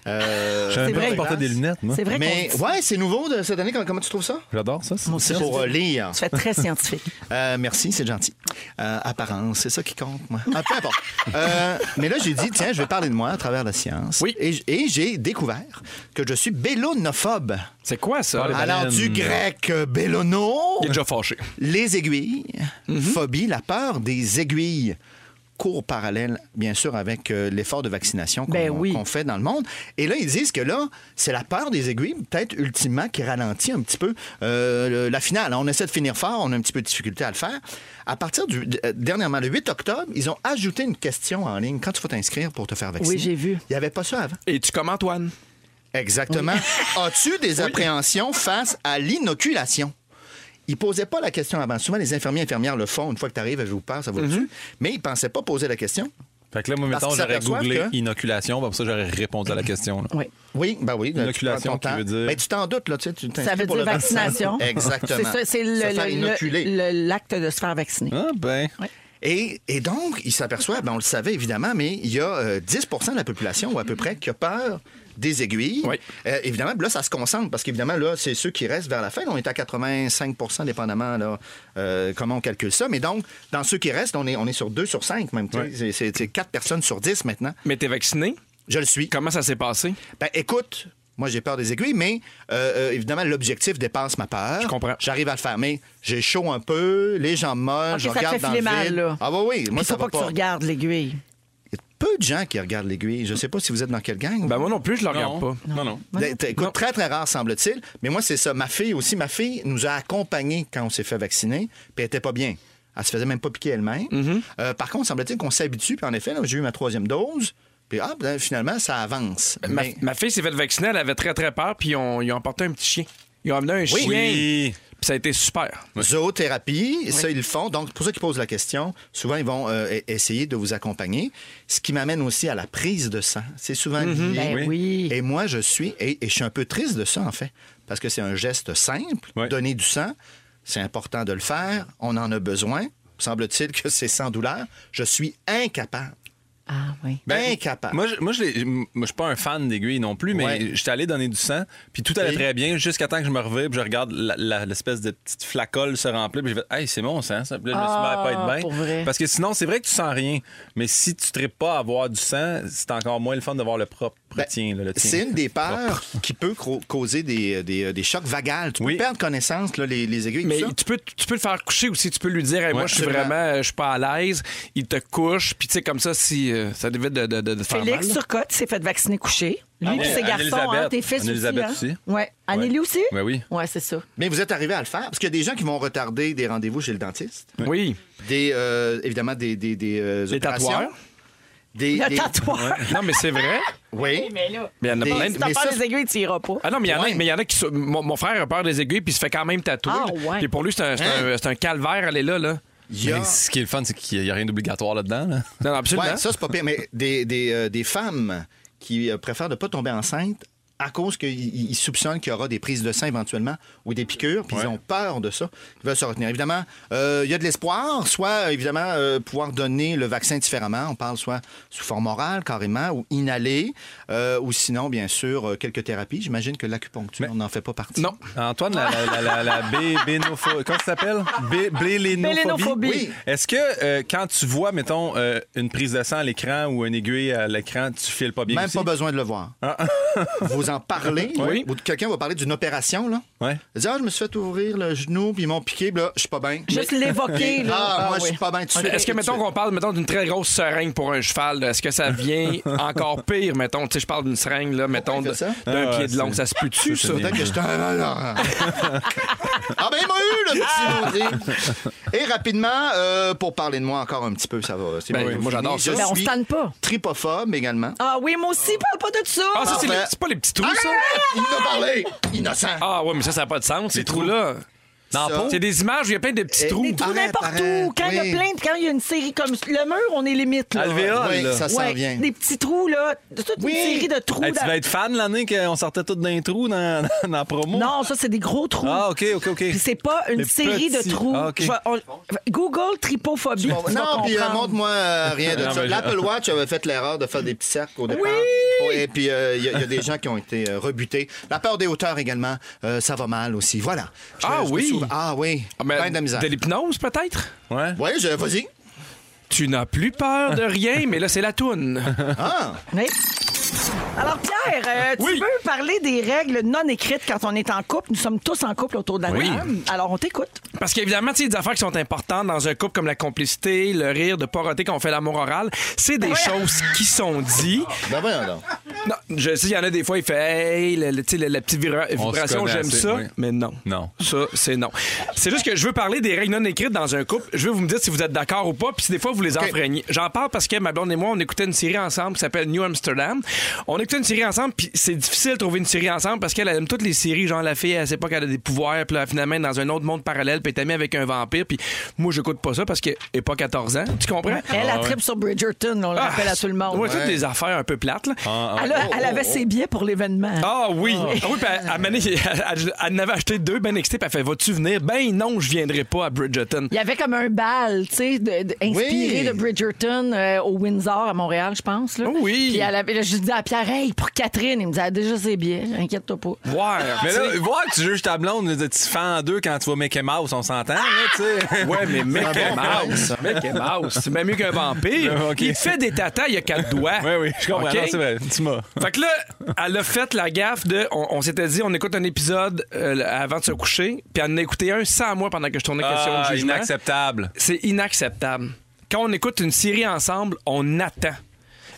Euh, J'avais vrai. même porté des lunettes, moi. C'est vrai Mais qu'on dit- ouais, c'est nouveau de cette année. Comment, comment tu trouves ça J'adore ça. c'est- C'est pour euh, lire. Tu fais très scientifique. Euh, merci, c'est gentil. Euh, apparence, c'est ça qui compte, moi. Ah, peu importe. Euh, mais là, j'ai dit, tiens, je vais parler de moi à travers la science. Oui. Et, j- et j'ai découvert que je suis bélonophobe. C'est quoi ça? Ah, les Alors, baleines. du grec euh, bélono, Il est déjà fâché. les aiguilles, Mhm. phobie, la peur des aiguilles. Cours parallèle, bien sûr, avec euh, l'effort de vaccination qu'on Ben oui. qu'on fait dans le monde. Et là, ils disent que là, c'est la peur des aiguilles, peut-être ultimement, qui ralentit un petit peu euh, le- la finale. On essaie de finir fort, on a un petit peu de difficulté à le faire. À partir du d- euh, dernièrement, le 8 octobre, ils ont ajouté une question en ligne quand tu vas t'inscrire pour te faire vacciner. Oui, j'ai vu. Il n'y avait pas ça avant. Et tu comme Antoine. Exactement. As-tu des appréhensions face à l'inoculation? Ils ne posaient pas la question avant. Souvent, les infirmiers et infirmières le font. Une fois que tu arrives, vous peur, ça vaut le Mm-hmm. dessus. Mais ils ne pensaient pas poser la question. Fait que là, moi, Parce mettons, qu'ils j'aurais s'aperçoivent googlé que- inoculation, ben, pour ça, j'aurais répondu à la question. là. Oui. Oui, ben oui. là, tu prends Inoculation ton qui temps. veut dire- Ben, tu t'en doutes, là. Tu sais, tu t'inscris Ça veut pour dire le vaccin. vaccination. C'est Exactement. ça, c'est le- Se faire inoculer. le- le- l'acte de se faire vacciner. Ah, ben. Et, et donc, il s'aperçoit, ben, on le savait évidemment, mais il y a euh, 10 de la population, ou à peu près, qui a peur des aiguilles. Oui. Euh, évidemment, là, ça se concentre, parce qu'évidemment, là, c'est ceux qui restent vers la fin. On est à 85 dépendamment là, euh, comment on calcule ça. Mais donc, dans ceux qui restent, on est, on est sur 2 sur 5 même. tu sais. C'est- C'est c'est 4 personnes sur 10 maintenant. Mais t'es vacciné? Je le suis. Comment ça s'est passé? Ben, écoute, moi, j'ai peur des aiguilles, mais euh, euh, évidemment, l'objectif dépasse ma peur. Je comprends. J'arrive à le faire, mais j'ai chaud un peu, les jambes molles, Ok, je ça te regarde fait dans filer le mal, vide. là. Ah, bah oui, moi, Puis ça faut va pas que tu pas. regardes l'aiguille. Il y a peu de gens qui regardent l'aiguille. Je ne sais pas si vous êtes dans quelle gang. Ben moi non plus, je le regarde pas. Non, non. D- t- Écoute, très, très rare, semble-t-il. Mais moi, c'est ça. Ma fille aussi, ma fille nous a accompagnés quand on s'est fait vacciner, puis elle était pas bien. Elle se faisait même pas piquer elle-même. Mm-hmm. Euh, par contre, semble-t-il qu'on s'habitue, puis en effet, là, j'ai eu ma troisième dose, puis ah, ben, finalement, ça avance. Ma, Ben- Mais- ma fille s'est faite vacciner, elle avait très très peur, puis ils ont, ils ont emporté un petit chien. Ils ont amené un chien, Oui. puis ça a été super. Zoothérapie, ça, ils le font. Donc, pour ça qu'ils posent la question, souvent, ils vont euh, e- essayer de vous accompagner. Ce qui m'amène aussi à la prise de sang. C'est souvent lié. Ben oui. Et moi, je suis, et, et je suis un peu triste de ça, en fait, parce que c'est un geste simple. Ouais. Donner du sang, c'est important de le faire. On en a besoin. Semble-t-il que c'est sans douleur. Je suis incapable. Ah oui. Ben, incapable. Moi, je, moi, je l'ai- moi, je suis pas un fan d'aiguilles non plus, mais Ouais. j'étais allé donner du sang, puis tout allait Et? très bien, jusqu'à temps que je me revive, puis je regarde la- la- l'espèce de petite flacole se remplir, puis je fais, hey, c'est mon sang, ça. Puis là, je me suis mis à Ah, pas être pour bien. vrai. Parce que sinon, c'est vrai que tu sens rien, mais si tu ne pas à avoir du sang, c'est encore moins le fun de voir le propre Ben, tien, là, le tien. C'est une des peurs qui peut cro- causer des, des- des chocs vagales. Tu Oui. peux perdre connaissance, là, les, les aiguilles. Mais tout ça. tu peux, tu peux le faire coucher aussi. Tu peux lui dire, Hey, moi, Ouais, je suis absolument. vraiment, euh, je suis pas à l'aise. Il te couche. Puis, tu sais, comme ça, si euh, ça évite de, de, de, de faire Félix mal. Turcotte s'est fait vacciner couché. Lui Ah et ouais. ses garçons, Anne-Élisabeth. hein, tes fils Anne-Élisabeth aussi. aussi. Hein? Ouais. Annélie Ouais. aussi? Ben oui. Ouais, c'est ça. Mais vous êtes arrivé à le faire, parce qu'il y a des gens qui vont retarder des rendez-vous chez le dentiste, Oui. des, euh, évidemment des, des, des euh, Les opérations. tatoueurs. Des, Le des- tatouage. Non, mais c'est vrai. Oui. Mais là, Mais il y en a Des- plein. de- si t'as mais peur ça- des aiguilles, tu iras pas. Ah non, mais il y en a, Ouais. mais il y en a qui. sont- Mon, mon frère a peur des aiguilles, puis il se fait quand même tatouer. Ah, là. ouais. Puis pour lui, c'est un, c'est un- c'est un calvaire, elle est là, là. Il y a- Mais ce qui est le fun, c'est qu'il n'y a rien d'obligatoire là-dedans. là. Non, non, absolument. Ouais, ça, c'est pas pire. Mais des, des, euh, des femmes qui euh, préfèrent ne pas tomber enceinte à cause qu'ils ils soupçonnent qu'il y aura des prises de sang éventuellement ou des piqûres, puis ils ont peur de ça. Ils veulent se retenir. Évidemment, euh, il y a de l'espoir, soit euh, évidemment euh, pouvoir donner le vaccin différemment. On parle soit sous forme orale carrément ou inhalée, euh, ou sinon, bien sûr, euh, quelques thérapies. J'imagine que l'acupuncture, on n'en fait pas partie. Non. Antoine, la, la, la, la, la bé- bénopho- Comment ça s'appelle? Bé- Blélénophobie. Blélénophobie. Oui. Est-ce que euh, quand tu vois, mettons, euh, une prise de sang à l'écran ou une aiguille à l'écran, tu files pas bien Même aussi? pas besoin de le voir. Vous en parlez, Ah. Oui. ou quelqu'un va parler d'une opération, là. Ouais. Il dit, ah, je me suis fait ouvrir le genou, puis ils m'ont piqué, puis là, je suis pas bien. Juste l'évoquer, là. Ah, moi, oui. je suis pas bien dessus. Est-ce que, mettons, qu'on parle mettons, d'une très grosse seringue pour un cheval, là, est-ce que ça vient encore pire, mettons? Tu sais, je parle d'une seringue, là, mettons, il fait de- ça? d'un Ah, pied de c'est- long. Ça se peut-tu, c'est ça? bien. Peut-être que je t'en- Ah ben, il m'a eu, le petit maudit. Et rapidement, euh, pour parler de moi encore un petit peu, ça va. c'est Ben, bon, moi, j'adore je ça. Ben, on se suis tanne pas. Tripophobe également. Ah oui, moi aussi, parle pas de ça. Ah, ça, Parfait. c'est Ah! les- c'est pas les petits trous, ça? Il nous a parlé! Innocent! Ah, ouais, mais ça, ça n'a pas de sens, ces trous-là. Dans la Ça. peau? C'est des images où il y a plein de petits Et- trous. Des trous Arrête, n'importe où. arrête, Quand il y a oui. plein de- quand il y a une série comme le mur, on est limite. Là. LVA, Oui, là. ça s'en Ouais, vient. Des petits trous, là. C'est toute Oui. une série de trous. Hey, tu dans- vas être fan l'année qu'on sortait tous d'un trou dans, dans la promo? Non, ça, c'est des gros trous. Ah, OK, OK, OK. Puis c'est pas une Les série petits. de trous. Ah, OK. Je vais- on- Google tripophobie. tu vas Non, puis euh, comprendre. montre-moi euh, rien de Non, ça. mais- L'Apple Watch avait fait l'erreur de faire des petits cercles au départ. Oui! Et puis, euh, il y, a- il y a des gens qui ont été euh, rebutés. La peur des hauteurs également, euh, ça va mal aussi. Voilà. Je- Ah je me oui. souviens- Ah oui. Ah, mais Plein de misère. de l'hypnose, peut-être? Ouais. Oui, je... vas-y. Tu n'as plus peur de rien, mais là, c'est la toune. Ah! Oui. Alors, Pierre, euh, tu Oui. veux parler des règles non écrites quand on est en couple? Nous sommes tous en couple autour de la Oui. table. Alors, on t'écoute. Parce qu'évidemment, tu sais, des affaires qui sont importantes dans un couple comme la complicité, le rire, de pas roter quand on fait l'amour oral, c'est des choses qui sont dites. Ben voyons donc. Non, je sais, il y en a des fois, il fait Hey, le- le- tu sais, le- la petite vibra- se vibration, connaît j'aime assez, ça. oui. Mais non. Non. Ça, c'est non. C'est juste que je veux parler des règles non écrites dans un couple. Je veux vous me dire si vous êtes d'accord ou pas, puis si des fois vous les enfreignez. J'en parle parce que ma blonde et moi, on écoutait une série ensemble qui s'appelle New Amsterdam. On écoutait une série ensemble, puis c'est difficile de trouver une série ensemble parce qu'elle elle aime toutes les séries. Genre, la fille, elle sait pas qu'elle a des pouvoirs, puis là, finalement, elle est dans un autre monde parallèle, puis elle est amie avec un vampire, puis moi, j'écoute pas ça parce qu'elle est pas 14 ans. Tu comprends? Elle, a trip sur Bridgerton, on le rappelle à tout le monde. Ouais, toutes des affaires un peu plates, là. Ah, Elle, a- elle avait ses billets pour l'événement. Ah oui! Ah oui, puis elle, elle, m'en est- elle- elle- elle en avait acheté deux ben excitée, puis elle fait Vas-tu venir? Ben non, je viendrai pas à Bridgeton. Il y avait comme un bal, tu sais, de- de- inspiré Oui. de Bridgerton euh, au Windsor à Montréal, je pense. Là. Oh oui. Puis elle avait, là, je dis à Pierre, hey, pour Catherine, il me dit, elle a déjà ses billets, inquiète-toi pas. Voir! Mais là, voir que tu juges ta blonde, tu te fends en deux quand tu vois Mickey Mouse, on s'entend, là, tu sais. Ouais, mais Mickey bon plan, Mouse! ça. Mickey Mouse! C'est même mieux qu'un vampire! Ouais, ok. Il te fait des tatas, il y a quatre doigts! Oui, oui, je comprends. Ok? Non, c'est vrai. Tu m'as. Fait que là, elle a fait la gaffe de. On, on s'était dit, on écoute un épisode euh, avant de se coucher, puis elle en a écouté un sans moi pendant que je tournais question Ah, de jugement. inacceptable. C'est inacceptable. Quand on écoute une série ensemble, on attend.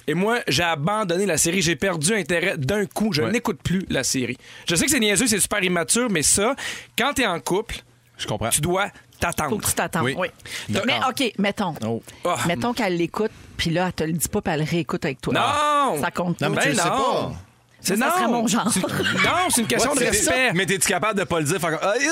Et moi, j'ai abandonné la série. J'ai perdu intérêt d'un coup. Je Ouais. n'écoute plus la série. Je sais que c'est niaiseux, c'est super immature, mais ça, quand t'es en couple, Je comprends. tu dois Faut que t'attendre. tu t'attendes. Oui. Oui. D'accord. Mais OK, mettons. Ah. Mettons qu'elle l'écoute, puis là, elle te le dit pas, puis elle le réécoute avec toi. Ben Non! Ça compte Non, pas. Ah, mais tu le sais pas. C'est Ça non. serait mon genre. C'est- Non, c'est une question Ouais, de c'est respect. Mais t'es-tu capable de pas le dire? Faire comme, Ah, Oui,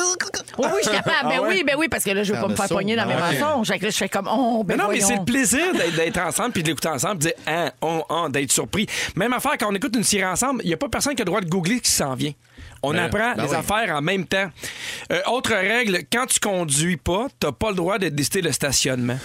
oui, je suis capable. Ben Ah ouais? oui, ben oui, parce que là, je veux Ah, pas me le faire saut. poigner dans mes Ah, ok. mensonges. Fait que là, je fais comme, oh, ben Mais non, mais voyons. c'est le plaisir d'être- d'être ensemble puis de l'écouter ensemble, puis de dire hein, on, on, d'être surpris. Même affaire, quand on écoute une série ensemble, il n'y a pas personne qui a le droit de googler ce qui s'en vient. On Ben, apprend les oui. affaires en même temps. Euh, autre règle, quand tu conduis pas, t'as pas le droit de décider le stationnement.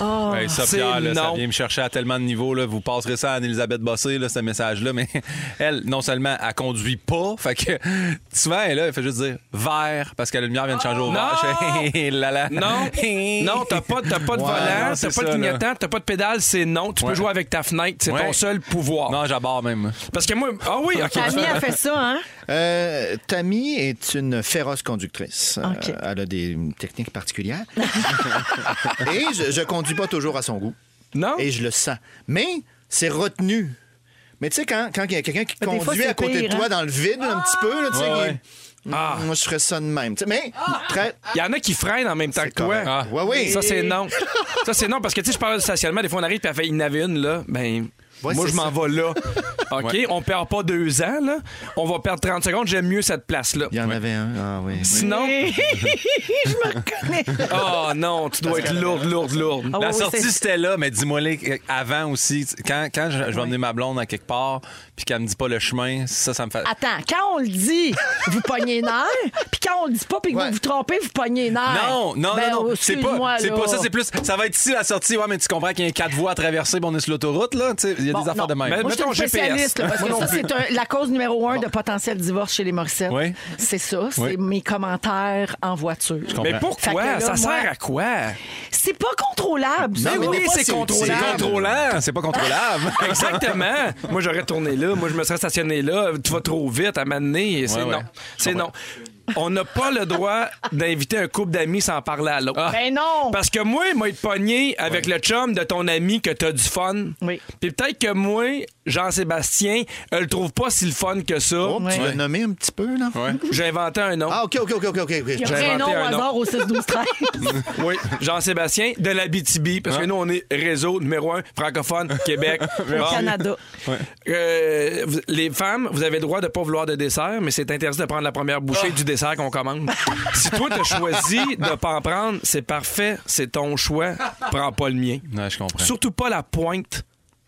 Hey, Ben, ça, Ah, c'est Pierre, là, ça non. vient me chercher à tellement de niveaux. Là. Vous passerez ça à Anne-Elisabeth Bossé, là, ce message-là. Mais elle, non seulement, elle conduit pas. Fait que souvent, elle, là, elle fait juste dire vert parce que la lumière vient de changer au vert. Je fais, Hé, hé, là, là. Ah! Non, non, t'as pas, t'as pas de Ouais, non, volant, c'est t'as pas de ça, clignotant, t'as pas de pédale, c'est non. Tu Ouais. peux jouer avec ta fenêtre, c'est Ouais. ton seul pouvoir. Non, j'aborde même. Parce que moi, ah oui, ok. Camille a fait ça, hein? Euh, Tammy est une féroce conductrice. Ok. Euh, elle a des techniques particulières. Et je, je conduis pas toujours à son goût. Ah. Non. Et je le sens. Mais c'est retenu. Mais tu sais, quand quand il y a quelqu'un qui Des fois, conduit c'est à côté pire, de toi hein? dans le vide, là, un petit peu, là, tu sais, Ouais, il- Mm, ouais. Ah. moi, je ferais ça de même. tu sais. Mais Ah. très. Il y en a qui freinent en même temps C'est que toi. correct. Ah. Ouais, oui. Ça, c'est non. ça, c'est non parce que, tu sais, je parle du stationnement. Des fois, on arrive et elle fait, il y en avait une, là. Ben, Ouais, moi, c'est je m'en vais là. OK? On perd pas deux ans, là. On va perdre 30 secondes. J'aime mieux cette place-là. Il y en avait un. Ah oui. Sinon. je me reconnais. Oh non, tu dois être lourde, lourde, lourde. Ah La oui, oui, sortie, c'est- c'était là, mais dis-moi les euh, avant aussi. Quand, quand je, je vais emmener ma blonde à quelque part puis qu'elle me dit pas le chemin, ça, ça me fait. Attends, quand on le dit, vous pognez les nerfs, puis quand on le dit pas, puis que Ouais. vous vous trompez, vous pognez les nerfs. Non, non, Ben, non, non. C'est pas, excuse-moi, c'est là. pas ça, c'est plus. Ça va être ici la sortie. Ouais, mais tu comprends qu'il y a quatre voies à traverser, bon, on est sur l'autoroute, là. tu sais, Il y a Bon, des affaires non. Ben, de même. Mais- Moi, je suis Mettons une spécialiste, GPS. là, parce Moi que non ça, plus. c'est un- la cause numéro un de potentiel divorce chez les Morissette. Oui. C'est ça, c'est Oui. mes commentaires en voiture. Mais Fait que pourquoi? là, ça moi- sert à quoi? C'est pas contrôlable. ça. Mais On oui, peut pas c'est se- contrôlable. C'est contrôlant, c'est pas contrôlable. Exactement. Moi, j'aurais tourné là. Moi, je me serais stationné là. Tu vas trop vite à m'amener. C'est Ouais, ouais. non. C'est non. On n'a pas le droit d'inviter un couple d'amis sans parler à Ah. l'autre. Ben non. Parce que moi, moi, être pogné avec le chum de ton ami que t'as du fun. Oui. Puis peut-être que moi, Jean-Sébastien, euh, le trouve pas si le fun que ça. Oh, Ouais. Tu l'as nommé un petit peu, là? J'ai inventé un nom. Ah, OK, OK, OK, OK. ok. Il y a J'ai un inventé nom au un nom. hasard au 6-12-13. Oui. Jean-Sébastien de la BTB. Ah. Parce que nous, on est réseau numéro un francophone, Québec. Bon. Canada. Ah. Euh, vous- les femmes, vous avez le droit de pas vouloir de dessert, mais c'est interdit de prendre la première bouchée du dessert qu'on commande. si toi, t'as choisi de pas en prendre, c'est parfait, c'est ton choix. Prends pas le mien. Ouais, Ben je comprends. Surtout pas la pointe.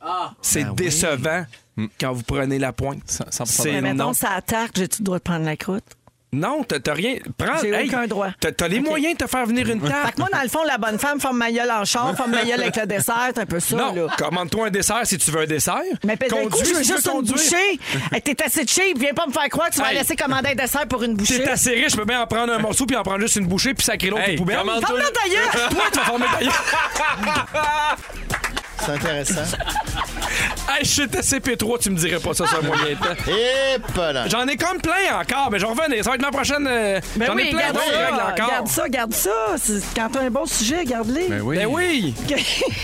Ah. C'est décevant Mm. quand vous prenez la pointe. Cent- cent pour cent C'est Mais non. mettons, ça tarte, j'ai-tu le droit de prendre la croûte? Non, t'as t'as rien. Prends. J'ai aucun droit. T'as t'as les Ok. moyens de te faire venir une Fait tarte. que moi, dans le fond, la bonne femme forme ma gueule en char, forme ma gueule avec le dessert, c'est un peu ça, Non, là. commande-toi un dessert si tu veux un dessert. Mais peut-être Conduis coup, je veux si tu juste une conduire. bouchée. Hey, T'es assez cheap, viens pas me faire croire que tu vas Hey. laisser commander un dessert pour une bouchée. T'es assez riche, je peux bien en prendre un morceau puis en prendre juste une bouchée puis sacrer l'autre Hey, aux poubelles. commande- Ferme-la ta gueule! Toi, tu vas former ta gueule. C'est intéressant. Hey, je suis TCP3, tu me dirais pas ça sur un moyen temps. Et pas là. J'en ai comme plein encore, mais je revenais. Ça va être ma prochaine. euh, Ben J'en ai oui, plein garde d'autres règles ça, encore. garde ça, garde ça. C'est- Quand t'as un bon sujet, garde-les. Ben oui. Ben oui,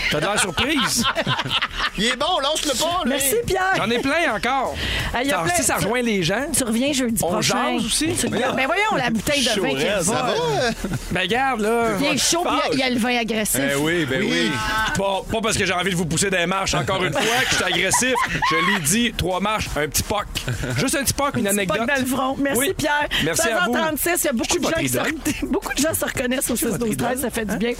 t'as de la surprise. Il est bon, lance-le pas, lui. Merci, Pierre. J'en ai plein encore. Hey, y a Ça- plein- Si ça rejoint les gens. Tu reviens jeudi On prochain. jase aussi? Tu le gardes. Ben voyons, la bouteille de vin qui Chaurel, ça vole. va? Ben garde là. Il est chaud, puis il y a- il y a le vin agressif. Ben oui, ben oui. Pas, pas parce que j'ai envie de vous pousser des marches encore une fois, que je suis agressif. Je l'ai dit, trois marches, un petit poc. Juste un petit poc, une Petit anecdote. poc dans le front. Merci Oui. Pierre. Merci à vous. 16h36, il y a beaucoup suis de, gens pas qui se... beaucoup de gens se reconnaissent au 6 12 13 ça fait Hein? du bien.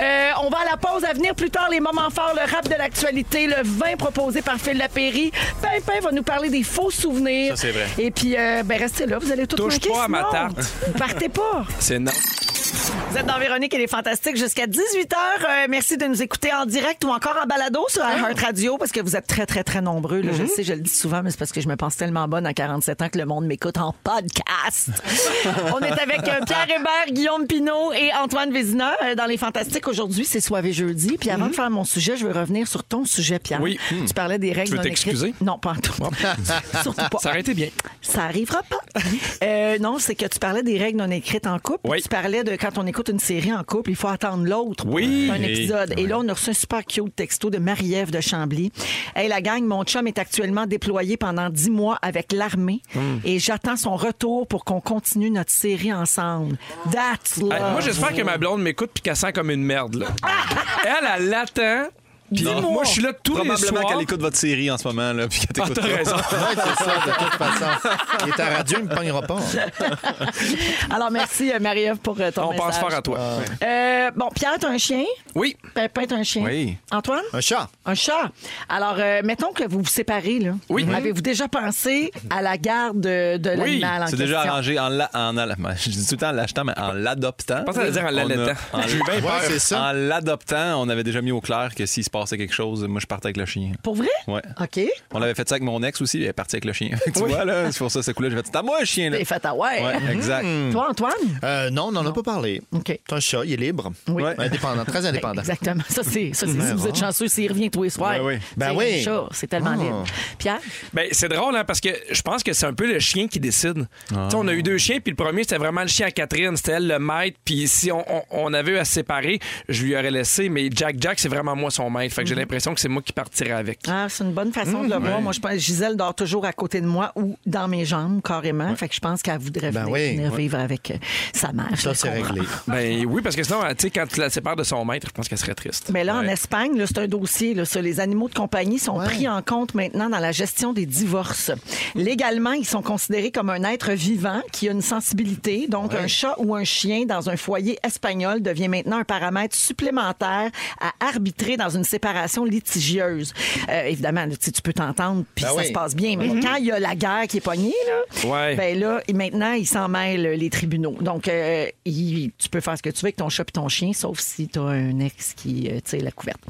Euh, on va à la pause à venir plus tard, les moments forts, le rap de l'actualité, le vin proposé par Phil Lapéry. Pimpin va nous parler des faux souvenirs. Ça, c'est vrai. Et puis, euh, ben, restez là, vous allez tout Touche manquer, pas à ma sinon. tarte. Vous partez pas. C'est non. Vous êtes dans Véronique et les Fantastiques jusqu'à 18h. Euh, merci de nous écouter en direct ou encore en balado sur iHeartRadio Radio parce que vous êtes très, très, très nombreux. là. Je le sais, je le dis souvent, mais c'est parce que je me pense tellement bonne à 47 ans que le monde m'écoute en podcast. On est avec euh, Pierre Hébert, Guillaume Pinault et Antoine Vézina euh, dans les Fantastiques. Aujourd'hui, c'est soirée jeudi. Puis avant de faire mon sujet, je veux revenir sur ton sujet, Pierre. Oui. Tu parlais des règles veux non t'excuser? écrites. Non, pas en tout. Surtout pas. Ça aurait été bien. Ça arrivera pas. Euh, non, c'est que tu parlais des règles non écrites en couple. Oui. Tu parlais de quand on écoute une série en couple, il faut attendre l'autre pour Oui. un épisode. Et là, on a reçu un super cute texto de Marie-Ève de Chambly. Hey, la gang, mon chum est actuellement déployé pendant dix mois avec l'armée Hmm. et j'attends son retour pour qu'on continue notre série ensemble. That's love. Hey, moi, j'espère que ma blonde m'écoute puis qu'elle sent comme une merde. Là. elle, elle l'attend. Puis Non. moi, je suis là tous les Probablement soirs. qu'elle écoute votre série en ce moment, là, puis qu'elle Ah, t'écoute t'as pas. raison. Ouais, c'est ça, de toute façon. Il est à radio, il me pognera pas. Alors, merci, euh, Marie-Ève, pour euh, ton On pense message. fort à toi. Euh, bon, Pierre, t'as un chien? Oui. Pépin, t'as un chien? Oui. Antoine? Un chat. Un chat. Alors, euh, mettons que vous vous séparez, là. Oui. Avez-vous déjà pensé à la garde de, de Oui, l'animal en C'est question? déjà arrangé en, la- en alla- Je dis tout le temps en l'achetant, mais en l'adoptant. pensais à dire en On a- l'allaitant. en- J'ai eu bien peur. c'est ça. En l'adoptant, on avait déjà mis au clair que s'il se passait quelque chose, moi, je partais avec le chien. Pour vrai? Ouais. OK. On l'avait fait ça avec mon ex aussi, il est parti avec le chien. tu vois, là, c'est pour ça, c'est cool. J'ai fait, c'est à moi, le chien, là. Et fait, ah ouais. Ouais, exact. Hmm. Toi, Antoine? Euh, non, on n'en a pas parlé. OK. C'est un chat, il est libre. Oui. Ouais. Indépendant, très indépendant. Exactement. Ça, c'est ça, c'est si vous êtes chanceux, s'il revient tous les soirs. Ouais, ouais. C'est Ben un oui. chat, C'est tellement Ah. libre. Pierre? Ben, c'est drôle, hein, parce que je pense que c'est un peu le chien qui décide. Tu sais, On a eu deux chiens, puis le premier, c'était vraiment le chien à Catherine. C'était elle, le maître. Puis si on, on- on avait eu à se séparer, je lui aurais laissé. Mais Jack Jack, c'est vraiment moi son maître. Fait que j'ai l'impression que c'est moi qui partirais avec. Mhm. Ah, c'est une bonne façon Mm-hmm. de le voir. Moi, je pense Gisèle dort toujours à côté de moi ou dans mes jambes, carrément. Fait que je pense qu'elle voudrait Ben venir, oui. venir vivre avec euh, sa mère. Je Ça, le c'est comprends. réglé. Ben oui, parce que sinon, tu sais, quand tu la sépares de son maître, je pense qu'elle serait triste. Mais là, en Espagne, là, c'est un dossier. Là, ça. les animaux de compagnie sont pris en compte maintenant dans la gestion des divorces. Légalement, ils sont considérés comme un être vivant qui a une sensibilité. Donc, un chat ou un chien dans un foyer espagnol devient maintenant un paramètre supplémentaire à arbitrer dans une séparation litigieuse. Euh, évidemment, là, tu sais, tu peux t'entendre, puis Ben ça oui. se passe bien. Mais quand il y a la guerre qui est pognée, là, Ouais. ben là, et maintenant, ils s'en mêlent, euh, les tribunaux. Donc, euh, il- tu peux faire ce que tu veux avec ton chat et ton chien, sauf si tu as un ex qui euh, tire la couverte.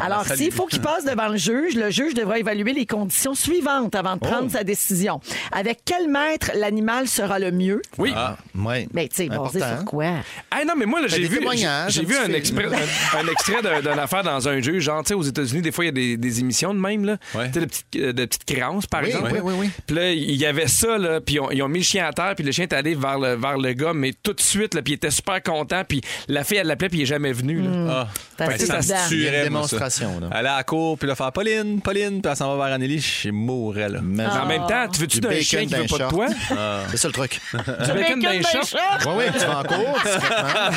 Alors, salut. s'il faut qu'il passe devant le juge, le juge devra évaluer les conditions suivantes avant de prendre sa décision. Avec quel maître l'animal sera le mieux? Oui. Ah, ouais. Ben, tu sais, basé Important. hein? sur quoi? Ah non, mais moi, là, j'ai Ben, des vu, j'ai témoignages, j'ai un vu petit un, film. exprès- un, un extrait d'un- d'une affaire dans un jeu. Genre, tu sais, aux États-Unis, des fois, il y a des, des émissions de même, là. Ouais. Tu sais, de petites, euh, de petites créances, par Oui, exemple. oui, là. oui, oui. Puis là, il y avait ça, là. Puis on- ils ont mis le chien à terre, puis le chien est allé vers le, vers le gars, mais tout de suite, là. Puis il était super content, puis la fille, elle l'appelait, puis il est jamais venu, là. Mm. Ah. T'as Fait que assez ça dedans. se Il y a une tuerait, moi, ça. Ah. démonstration, là. Aller à la cour, puis là, faire Pauline, Pauline, puis elle s'en va vers Anneli, je mourrais, là. Mais- Ah. Mais En même temps, tu veux-tu Ah. Du d'un bacon chien qui d'un veut pas chat. de toi? Ah. C'est ça le truc. Du bacon d'un chat? Oui, oui, tu vas en cours, tu te prends.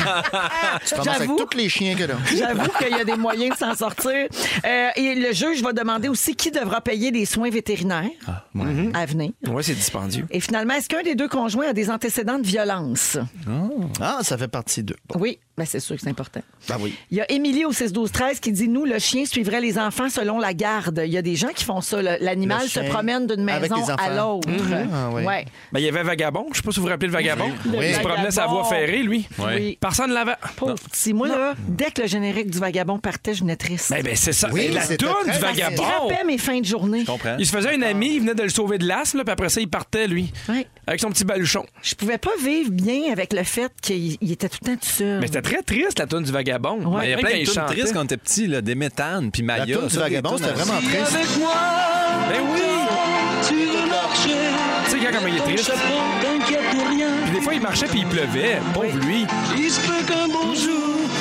Tu commences avec J'avoue. tous les chiens que là. J'avoue qu'il y a des moyens de s'en sortir. Euh, et le juge va demander aussi qui devra payer les soins vétérinaires Ah, à venir. Ouais, c'est dispendieux. Et finalement, est-ce qu'un des deux conjoints a des antécédents de violence? Ah, ça fait partie d'eux. Bon, Oui, ben c'est sûr que c'est important. Ben oui. Il y a Émilie au 6-12-13 qui dit Nous, le chien suivrait les enfants selon la garde. Il y a des gens qui font ça. là. Le L'animal se chien promène d'une avec maison les enfants. à l'autre. Ah, oui. Ouais. Ben, il y avait Vagabond. Je sais pas si vous vous rappelez le Vagabond. Le Il se promenait sa Vagabond. voie ferrée, lui. Ouais. Oui. Personne l'avait. Pauvre petit. Moi, là, dès que le générique du vagabond partait, je venais triste. Ben, ben, c'est ça. Oui, Et la c'était toune très du Parce qu'il Vagabond. rappait mes fins de journée. Je comprends. Il se faisait un ami, il venait de le sauver de l'asthme, là, puis après ça, il partait, lui. Ouais. Avec son petit baluchon. Je pouvais pas vivre bien avec le fait qu'il il était tout le temps tout seul. Mais c'était très triste, la toune du Ben, Vagabon. Mais il y a Même plein quand de tunes chantait. tristes quand t'es petit, là, des méthanes, puis Maya. La tour du ça, des vagabond, tunes c'était à- vraiment triste. Ben oui! Tu sais, quand comme il est triste. Puis des fois, il marchait puis il pleuvait. Pauvre lui.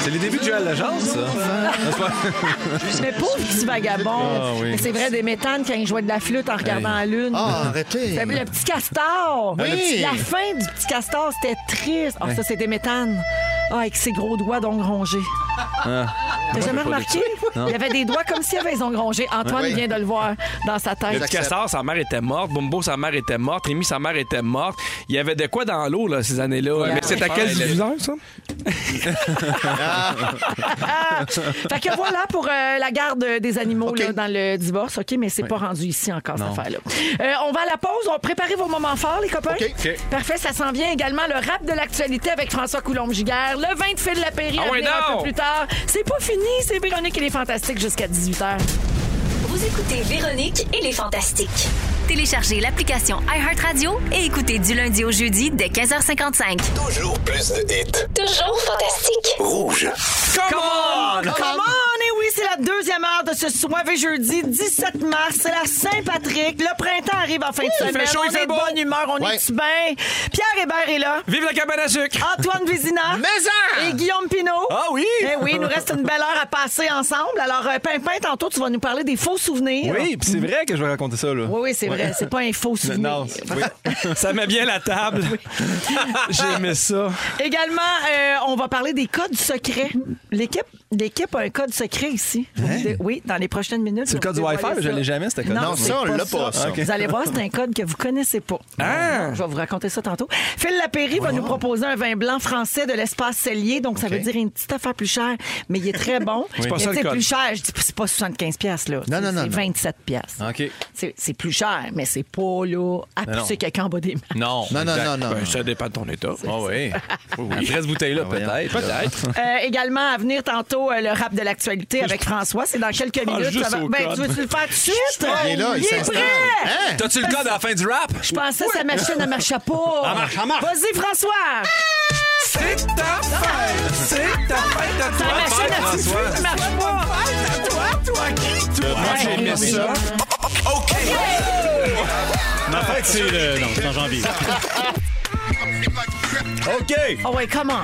C'est les débuts de Joël Legendre, ça. Non, c'est pas- Mais pauvre petit vagabond. Ah, oui. Mais c'est vrai, des méthanes quand il jouait de la flûte en regardant la lune. Ah, arrêtez. T'as vu le petit castor? Oui. Le petit- La fin du petit castor, c'était triste. Ah, ça, c'était méthane. Ah, avec ses gros doigts d'ongles rongés. T'as jamais remarqué? Il avait des doigts comme s'il avait les ongles rongés. Antoine Oui. vient de le voir dans sa Le tête. petit castor, sa mère était morte. Bumbo, sa mère était morte. Rémi, sa mère était morte. Il y avait de quoi dans l'eau, là, ces années-là. Mais c'était à quel Ouais, le- diffuseur, ça? Ah! Fait que voilà pour euh, la garde des animaux OK. là, dans le divorce, OK? Mais c'est pas rendu ici encore, cette affaire-là. Euh, on va à la pause. On préparez vos moments forts, les copains. OK. OK. Parfait. Ça s'en vient également le rap de l'actualité avec François Coulombe-Giguère. Le vin de Phil Lapéry Ah à ouais, venir un non! peu plus tard. C'est pas fini. C'est Véronique et les Fantastiques jusqu'à 18h. Vous écoutez Véronique et les Fantastiques. Téléchargez l'application iHeartRadio et écoutez du lundi au jeudi dès 15h55. Toujours plus de hits. Toujours fantastique. Rouge. Come on! Come on! Et oui, c'est la deuxième heure de ce soir et jeudi, 17 mars. C'est la Saint-Patrick. Le printemps arrive en fin de semaine. fait chaud, on il est fait de beau. bonne humeur, on Ouais. est bien. Pierre Hébert est là. Vive la cabane à sucre! Antoine Vézina. Maison! Et Guillaume Pinault. hein! Ah oui! Eh oui, il nous reste une belle heure à passer ensemble. Alors, euh, Pimpin, tantôt, tu vas nous parler des faux souvenirs. Oui, puis c'est vrai que je vais raconter ça, là. Oui, oui, c'est vrai. C'est pas un faux souvenir. Non, c'est- oui. Ça met bien la table. J'aimais ça. Également, euh, on va parler des codes secrets. L'équipe, l'équipe a un code secret ici. Hein? Oui, dans les prochaines minutes. C'est le je vais code du vous Wi-Fi, dévoiler je ça. l'ai jamais, ce code. Non, c'est ça, on l'a pas, ça. Vous allez voir, c'est un code que vous connaissez pas. Ah! Je vais vous raconter ça tantôt. Phil Lapéry va nous proposer un vin blanc français de l'espace cellier, donc ça OK. veut dire une petite affaire plus chère, mais il est très bon. C'est pas Mais ça, le tu sais, code. plus cher, je dis c'est pas 75 pièces là. C'est- non, non, non. C'est 27 pièces. OK. C'est c'est plus cher, mais c'est pas là à Mais non. pousser quelqu'un en bas des mains. Non. Non, non, exact. non, Ah, non. Ben, ça dépend de ton état. Ah oui. Après cette bouteille-là, peut-être. Peut-être. Euh, également à venir tantôt euh, le rap de l'actualité avec François, c'est dans quelques Ah, minutes. juste Ça va- au Ben, code. tu veux-tu le faire tout de suite? Il est là, il est s'installe. prêt! Hein? T'as-tu le code à la fin du rap? Je pensais que sa machine ne marchait pas. marche, elle marche. Vas-y, François! C'est ta fête! C'est ta fête à Ta machine à François. souffler ne marche pas. Moi, j'aimais ça. Ma fête, c'est le. Non, c'est en janvier. OK. Oh ouais, comment?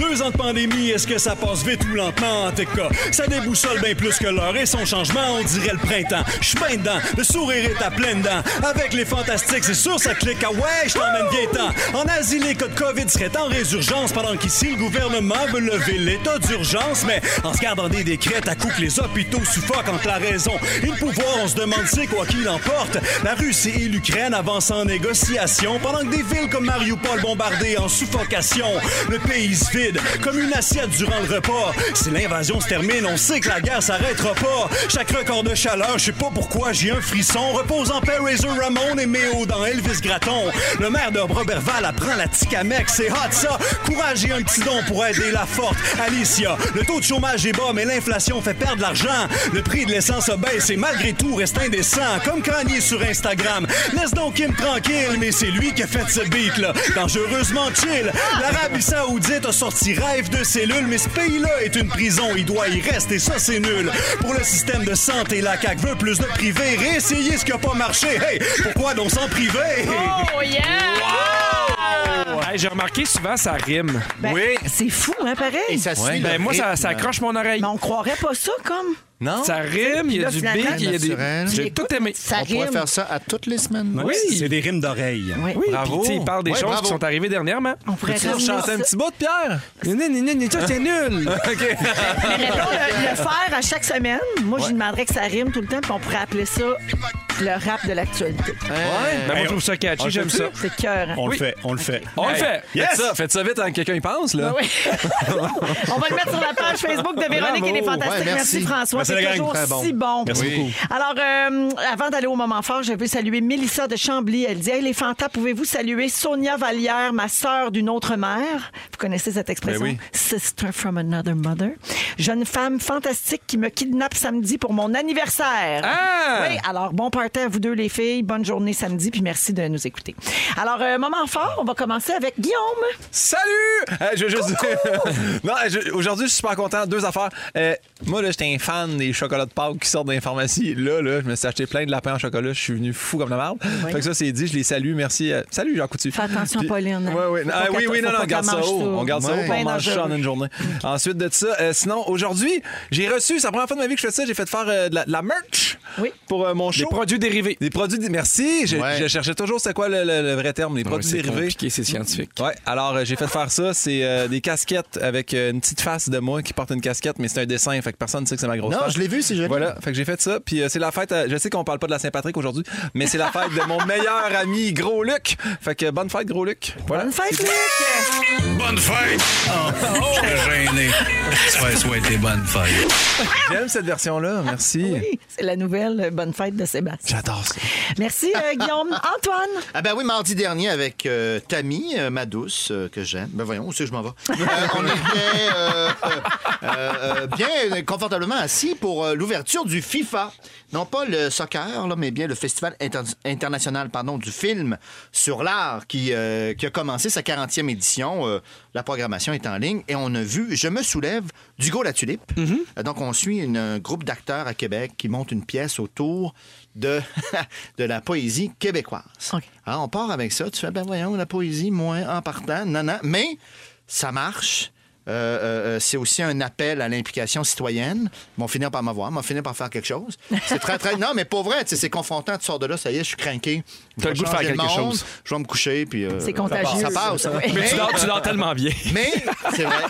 Deux ans de pandémie, est-ce que ça passe vite ou lentement? En tout cas, ça déboussole bien plus que l'heure et son changement, on dirait le printemps. Je suis bien dedans, le sourire est à pleines dents. Avec les fantastiques, c'est sûr, ça clique. Ah ouais, je t'emmène bien temps. En Asie, les cas de COVID seraient en résurgence, pendant qu'ici, le gouvernement veut lever l'état d'urgence. Mais en se gardant des décrets, à coup que les hôpitaux suffoquent entre la raison et le pouvoir, on se demande c'est quoi qu'il emporte. La Russie et l'Ukraine avancent en négociation, pendant que des villes comme Mariupol bombardées en suffocation. Le pays se vide, comme une assiette durant le repas. Si l'invasion se termine, on sait que la guerre s'arrêtera pas. Chaque record de chaleur, je sais pas pourquoi, j'ai un frisson. Repose en paix Razor Ramon et Méo dans Elvis Gratton. Le maire de Roberval apprend la Ticamec, c'est hot ça. Courage et un petit don pour aider la forte. Alicia, le taux de chômage est bas, mais l'inflation fait perdre de l'argent. Le prix de l'essence baisse et malgré tout reste indécent, comme Kanye sur Instagram. Laisse donc Kim tranquille, mais c'est lui qui a fait ce beat-là. Dangereusement chill. L'Arabie Saoudite a sorti rêve de cellules, mais ce pays-là est une prison. Il doit y rester, ça c'est nul. Pour le système de santé, la CAQ veut plus de privé. Réessayez ce qui a pas marché. Hey, pourquoi donc s'en priver? Oh yeah! Oh! Hey, J'ai remarqué souvent, ça rime. Ben, C'est fou, hein, pareil? Et ça suit Ouais. le Ben, moi, ça, rythme. ça accroche mon oreille. Mais on croirait pas ça, comme. Non? Ça rime, il y a là, du finalement, big, il y a naturel. des. J'ai tout aimé. Ça Hein? On pourrait rime. faire ça à toutes les semaines. Oui. C'est des rimes d'oreille. Oui. Oui, Bravo. puis tu sais, il parle des Ouais, choses bravo. qui sont arrivées dernièrement. On pourrait Tu nous ramener chanter un ça. petit bout, Pierre? Non, non, non, non, ça, c'est nul. Ben, OK. Mais mettons, le, le faire à chaque semaine, moi, je lui demanderais que ça rime tout le temps, puis on pourrait appeler ça le rap de l'actualité. Ben, moi, je trouve ça catchy, j'aime ça. C'est cœur. hein? Ah, On le fait, on le fait. On le Hey, fait. Yes! Faites ça, faites ça vite avant que quelqu'un y pense, là. Oui. On va le mettre sur la page Facebook de Véronique et les Fantastiques. Ouais, merci. merci. François. Merci, la C'est gang. toujours Très bon. si bon. Merci beaucoup. Alors, euh, avant d'aller au moment fort, je veux saluer Mélissa de Chambly. Elle dit Hey, les Fantas, pouvez-vous saluer Sonia Vallière, ma sœur d'une autre mère Vous connaissez cette expression Ben oui. Sister from another mother. Jeune femme fantastique qui me kidnappe samedi pour mon anniversaire. Ah! Oui, alors bon party à vous deux, les filles. Bonne journée samedi, puis merci de nous écouter. Alors, euh, moment fort, on va commencer avec Guillaume. Salut! Euh, je veux juste dire- non, euh, je- aujourd'hui, je suis super content. Deux affaires. Euh, moi, là, j'étais un fan des chocolats de Pâques qui sortent des pharmacies. Là, là, je me suis acheté plein de lapins en chocolat. Je suis venu fou comme la merde. Fait que ça, c'est dit. Je les salue. Merci. euh, salut, Jacques Coutu. Fais attention, Pauline. Ouais, ouais. Faut Ah, pas oui, qu'elle- oui, faut pas non, non, on qu'elle garde ça mange haut. tout. On garde ça haut, Ouais. puis on Bien mange ça en dangereux. une journée. Ensuite de ça, euh, sinon, aujourd'hui, j'ai reçu, c'est la première fois de ma vie que je fais ça, j'ai fait faire euh, de, la, de la merch Oui. pour euh, mon show. Des produits dérivés. Des produits. dé- Merci. Je, Ouais. je cherchais toujours c'est quoi le, le- le vrai terme, les produits C'est dérivés. compliqué, c'est scientifique. Ouais, alors euh, j'ai fait faire ça, c'est euh, des casquettes avec euh, une petite face de moi qui porte une casquette, mais c'est un dessin, fait que personne ne sait que c'est ma grosse Non, face. je l'ai vu, c'est joli. Voilà, fait que j'ai fait ça, puis euh, c'est la fête, à- je sais qu'on parle pas de la Saint-Patrick aujourd'hui, mais c'est la fête de mon meilleur ami Gros Luc. Fait que bonne fête Gros Luc. Voilà. Bonne fête, Luc! Bonne fête! Oh, je serais gêné. Tu vas souhaiter bonne fête. J'aime cette version là, merci. Oui, c'est la nouvelle euh, Bonne fête de Sébastien. J'adore ça. Merci, euh, Guillaume. Antoine, Ah ben oui, mardi dernier avec euh, Tammy, euh, ma douce, euh, que j'aime. Ben voyons, où c'est que je m'en vais? Euh, on était euh, euh, euh, bien confortablement assis pour euh, l'ouverture du FIFA. Non pas le soccer, là, mais bien le Festival inter- international pardon, du film sur l'art qui, euh, qui a commencé sa 40e édition. Euh, la programmation est en ligne et on a vu Je me soulève d'Hugo La Tulipe. Euh, Donc, on suit une- un groupe d'acteurs à Québec qui monte une pièce autour de, de la poésie québécoise. OK. Alors, on part avec ça. Tu fais, ben voyons, la poésie, moins en partant, nanan. Mais ça marche. Euh, euh, euh, c'est aussi un appel à l'implication citoyenne. Ils vont finir par m'avoir, ils vont finir par faire quelque chose. C'est très, très. Non, mais pour vrai, tu sais, c'est confrontant. Tu sors de là, ça y est, je suis craqué. Je T'as vais le goût de faire changer quelque monde. chose. Je vais me coucher, puis. euh, c'est contagieux. Ça passe. Oui. Mais tu dors, tu dors tellement bien. Mais, c'est vrai.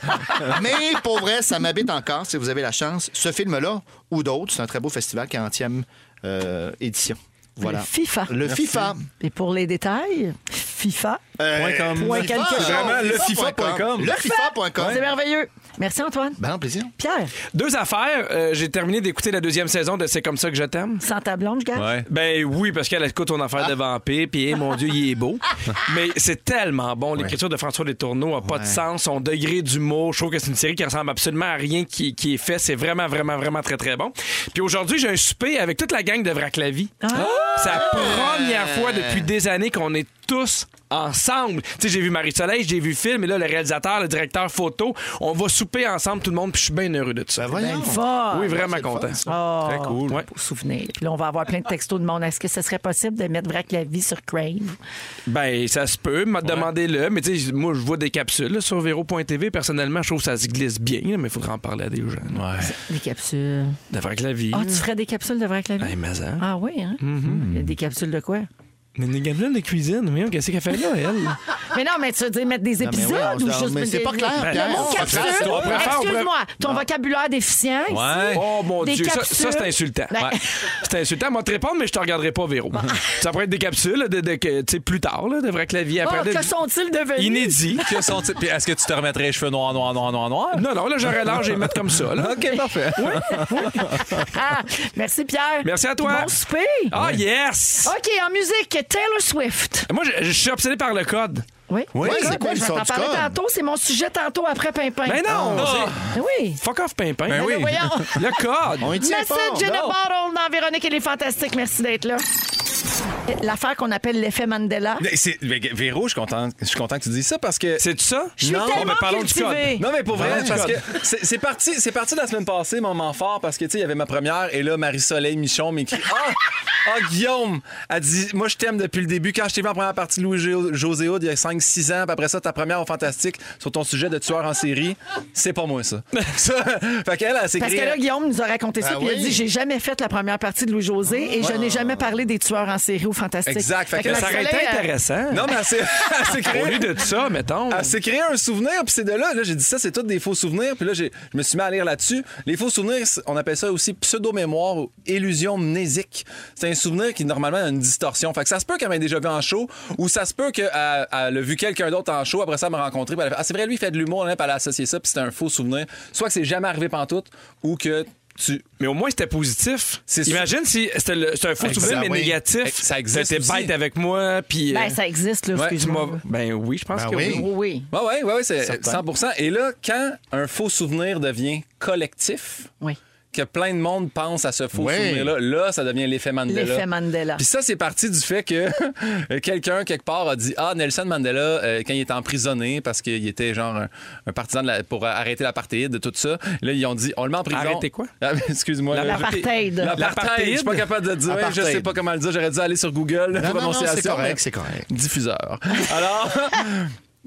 Mais pour vrai, ça m'habite encore, si vous avez la chance. Ce film-là, ou d'autres, c'est un très beau festival, 40e euh, édition. Voilà. Le FIFA. Le FIFA. Et pour les détails, FIFA. Euh, Point com. Point FIFA. quelque chose. C'est vraiment le FIFA.com. FIFA.com. Le FIFA.com. C'est merveilleux. Merci, Antoine. Ben non, plaisir. Pierre, Deux affaires. euh, J'ai terminé d'écouter la deuxième saison de C'est comme ça que je t'aime. sans ta blonde, je garde. Ouais. Ben oui, parce qu'elle écoute ton affaire de vampire, puis eh, mon Dieu, il est beau. Mais c'est tellement bon. L'écriture de François Letourneau a pas de sens. Son degré d'humour, je trouve que c'est une série qui ressemble absolument à rien qui, qui est fait. C'est vraiment, vraiment, vraiment très, très bon. Puis aujourd'hui, j'ai un souper avec toute la gang de Vraclavie. Ah! C'est la première fois depuis des années qu'on est tous ensemble. Tu sais, j'ai vu Marie-Soleil, j'ai vu film, et là, le réalisateur, le directeur photo, on va souper ensemble, tout le monde, puis je suis bien heureux de ça. Ben voyons. Fort. oui, vraiment c'est le content. fun, Ah. Oh, Très cool. Ouais. Pour souvenir. Puis là, on va avoir plein de textos de monde. Est-ce que ce serait possible de mettre Vrac la vie sur Crave? Ben, ça se peut, m'a demandé-le. Mais tu sais, moi, je vois des capsules là, sur Véro.tv. Personnellement, je trouve que ça se glisse bien, là, mais il faudra en parler à des gens. Des capsules. De vrai que la vie. Ah, tu ferais des capsules de Vrac la vie? Ben, mais hein. Ah oui, hein? Des capsules de quoi? Mais une gamme de cuisine, mais qu'est-ce qu'elle fait là, elle? Mais non, mais tu veux dire mettre des mais épisodes oui, on se ou dort, juste... mais c'est des- pas clair, Le Pierre. mot On capsule, préfère- on préfère- on excuse-moi, ton vocabulaire déficient. ici. Ouais. Oh mon Des Dieu, ça, capsules. ça, c'est insultant. Ben- Ouais. C'est insultant. Moi, te répondre, mais je te regarderai pas, Véro. ça pourrait être des capsules, là, de, de- que, tu sais, plus tard, là, de vrai que la vie après. Oh, de- que sont-ils devenus? Inédit. Que sont-ils- Puis est-ce que tu te remettrais les cheveux noirs noirs noirs noirs noirs Non, non, là, j'aurais l'âge et mettre comme ça. là. OK, parfait. Ah, merci Pierre. Merci à toi. Bon souper. Ah, yes! OK, en musique, Taylor Swift. Moi, je, je suis obsédé par le code. Oui. Oui, Ben, Écoute, c'est quoi je vais l'histoire t'en du parler code? tantôt, c'est mon sujet tantôt après Pimpin. Ben non! Ben oui. c'est- Fuck off, Pimpin. Ben oui. Ben voyons. Le code! On y tient Message fort, in a non? bottle dans Véronique, elle est fantastique. Merci d'être là. L'affaire qu'on appelle l'effet Mandela. Mais c'est- mais Véro, je suis content, je suis content que tu dises ça parce que. C'est ça? Je suis Non, tellement mais parlons du cultivée. Non, mais pour vrai, Ouais. parce que c'est c'est parti, c'est parti la semaine passée, mon moment fort, parce que, tu sais, il y avait ma première, et là, Marie-Soleil Michon m'écrit Ah, ah, Guillaume Elle dit Moi, je t'aime depuis le début. Quand je t'ai vu en première partie de Louis-José Hood, il y a 5-6 ans, puis après ça, ta première au Fantastique sur ton sujet de tueur en série, c'est pas moi, ça. ça fait qu'elle, elle s'est Parce que créée- là, Guillaume nous a raconté ça, Ah puis il a oui. dit J'ai jamais fait la première partie de Louis-José et je n'ai jamais parlé des tueurs en série ou fantastique. Exact. Fait que Ça aurait été Marie-Soleil, euh, intéressant. Non, Ah, mais elle s'est elle s'est créée. Au lieu de ça, mettons. Elle s'est créé un souvenir, puis c'est de là, là j'ai dit ça, c'est tous des faux souvenirs, puis là, j'ai- je me suis mis à lire là-dessus. Les faux souvenirs, c'est- on appelle ça aussi pseudo-mémoire ou illusion mnésique. C'est un souvenir qui, normalement, a une distorsion. Fait que ça se peut qu'elle m'ait déjà vu en show, ou ça se peut qu'elle elle a vu quelqu'un d'autre en show, après ça, elle m'a rencontré, puis elle a fait, Ah, c'est vrai, lui, il fait de l'humour, là, puis elle a associé ça, puis c'était un faux souvenir. Soit que c'est jamais arrivé pantoute, ou que tu. Mais au moins, c'était positif. C'est sûr. Ah, Imagine si c'était le- c'était un faux Exact, souvenir, mais oui. négatif. Ex- ça existe T'étais aussi. bête avec moi, puis. euh, Ben, ça existe, là, Ouais, tu excuse-moi. m'as- Ben oui, je pense Ben que oui. oui. Oui, oui. Ouais, ouais, ouais, ouais, c'est 100 Et là, quand un faux souvenir devient collectif, Oui. que plein de monde pense à ce faux Oui. souvenir-là, là, ça devient l'effet Mandela. L'effet Mandela. Puis ça, c'est parti du fait que quelqu'un, quelque part, a dit Ah, Nelson Mandela, euh, quand il était emprisonné, parce qu'il était genre un, un partisan de la- pour arrêter l'apartheid, de tout ça, là, ils ont dit On le met en prison. Arrêtez quoi? Ah, Excuse-moi. là, L'apartheid. je- L'apartheid. Je suis pas capable de le dire. Apartheid. Je sais pas comment le dire. J'aurais dû aller sur Google. la non, non, prononciation, c'est correct, mais- c'est correct. Diffuseur. Alors.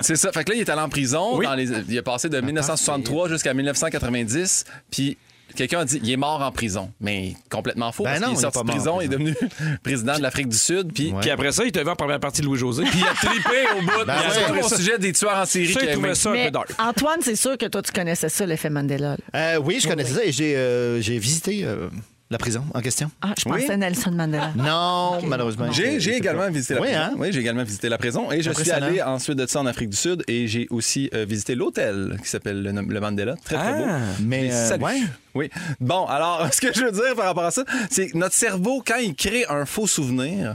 C'est ça. Fait que là, il est allé en prison. Oui. dans les- Il a passé de 1963 jusqu'à 1990. Puis quelqu'un a dit il est mort en prison. Mais complètement faux. Ben parce non, qu'il est il est sorti pas de mort en prison, il est devenu président de l'Afrique du Sud. Puis Puis après ça, il te vu en première partie de Louis-José. Puis il a trippé au bout. Ben Il a ouais. trouvé au sujet des tueurs en série. ça, qu'il il aimait. trouvait ça un Mais peu dark. Antoine, c'est sûr que toi, tu connaissais ça, l'effet Mandela. là. Euh, oui, je connaissais ça et j'ai euh, j'ai visité euh, la prison en question. Ah, je pensais à Nelson Ah, Mandela. Non, malheureusement. J'ai, j'ai également visité la Oui, prison. hein? Oui, j'ai également visité la prison. Et je suis Impressionnant. allé ensuite de ça en Afrique du Sud et j'ai aussi euh, visité l'hôtel qui s'appelle le, le Mandela. Très, très Ah, beau. mais, Les euh, saluts. ouais. Oui. Bon, alors, ce que je veux dire par rapport à ça, c'est que notre cerveau, quand il crée un faux souvenir,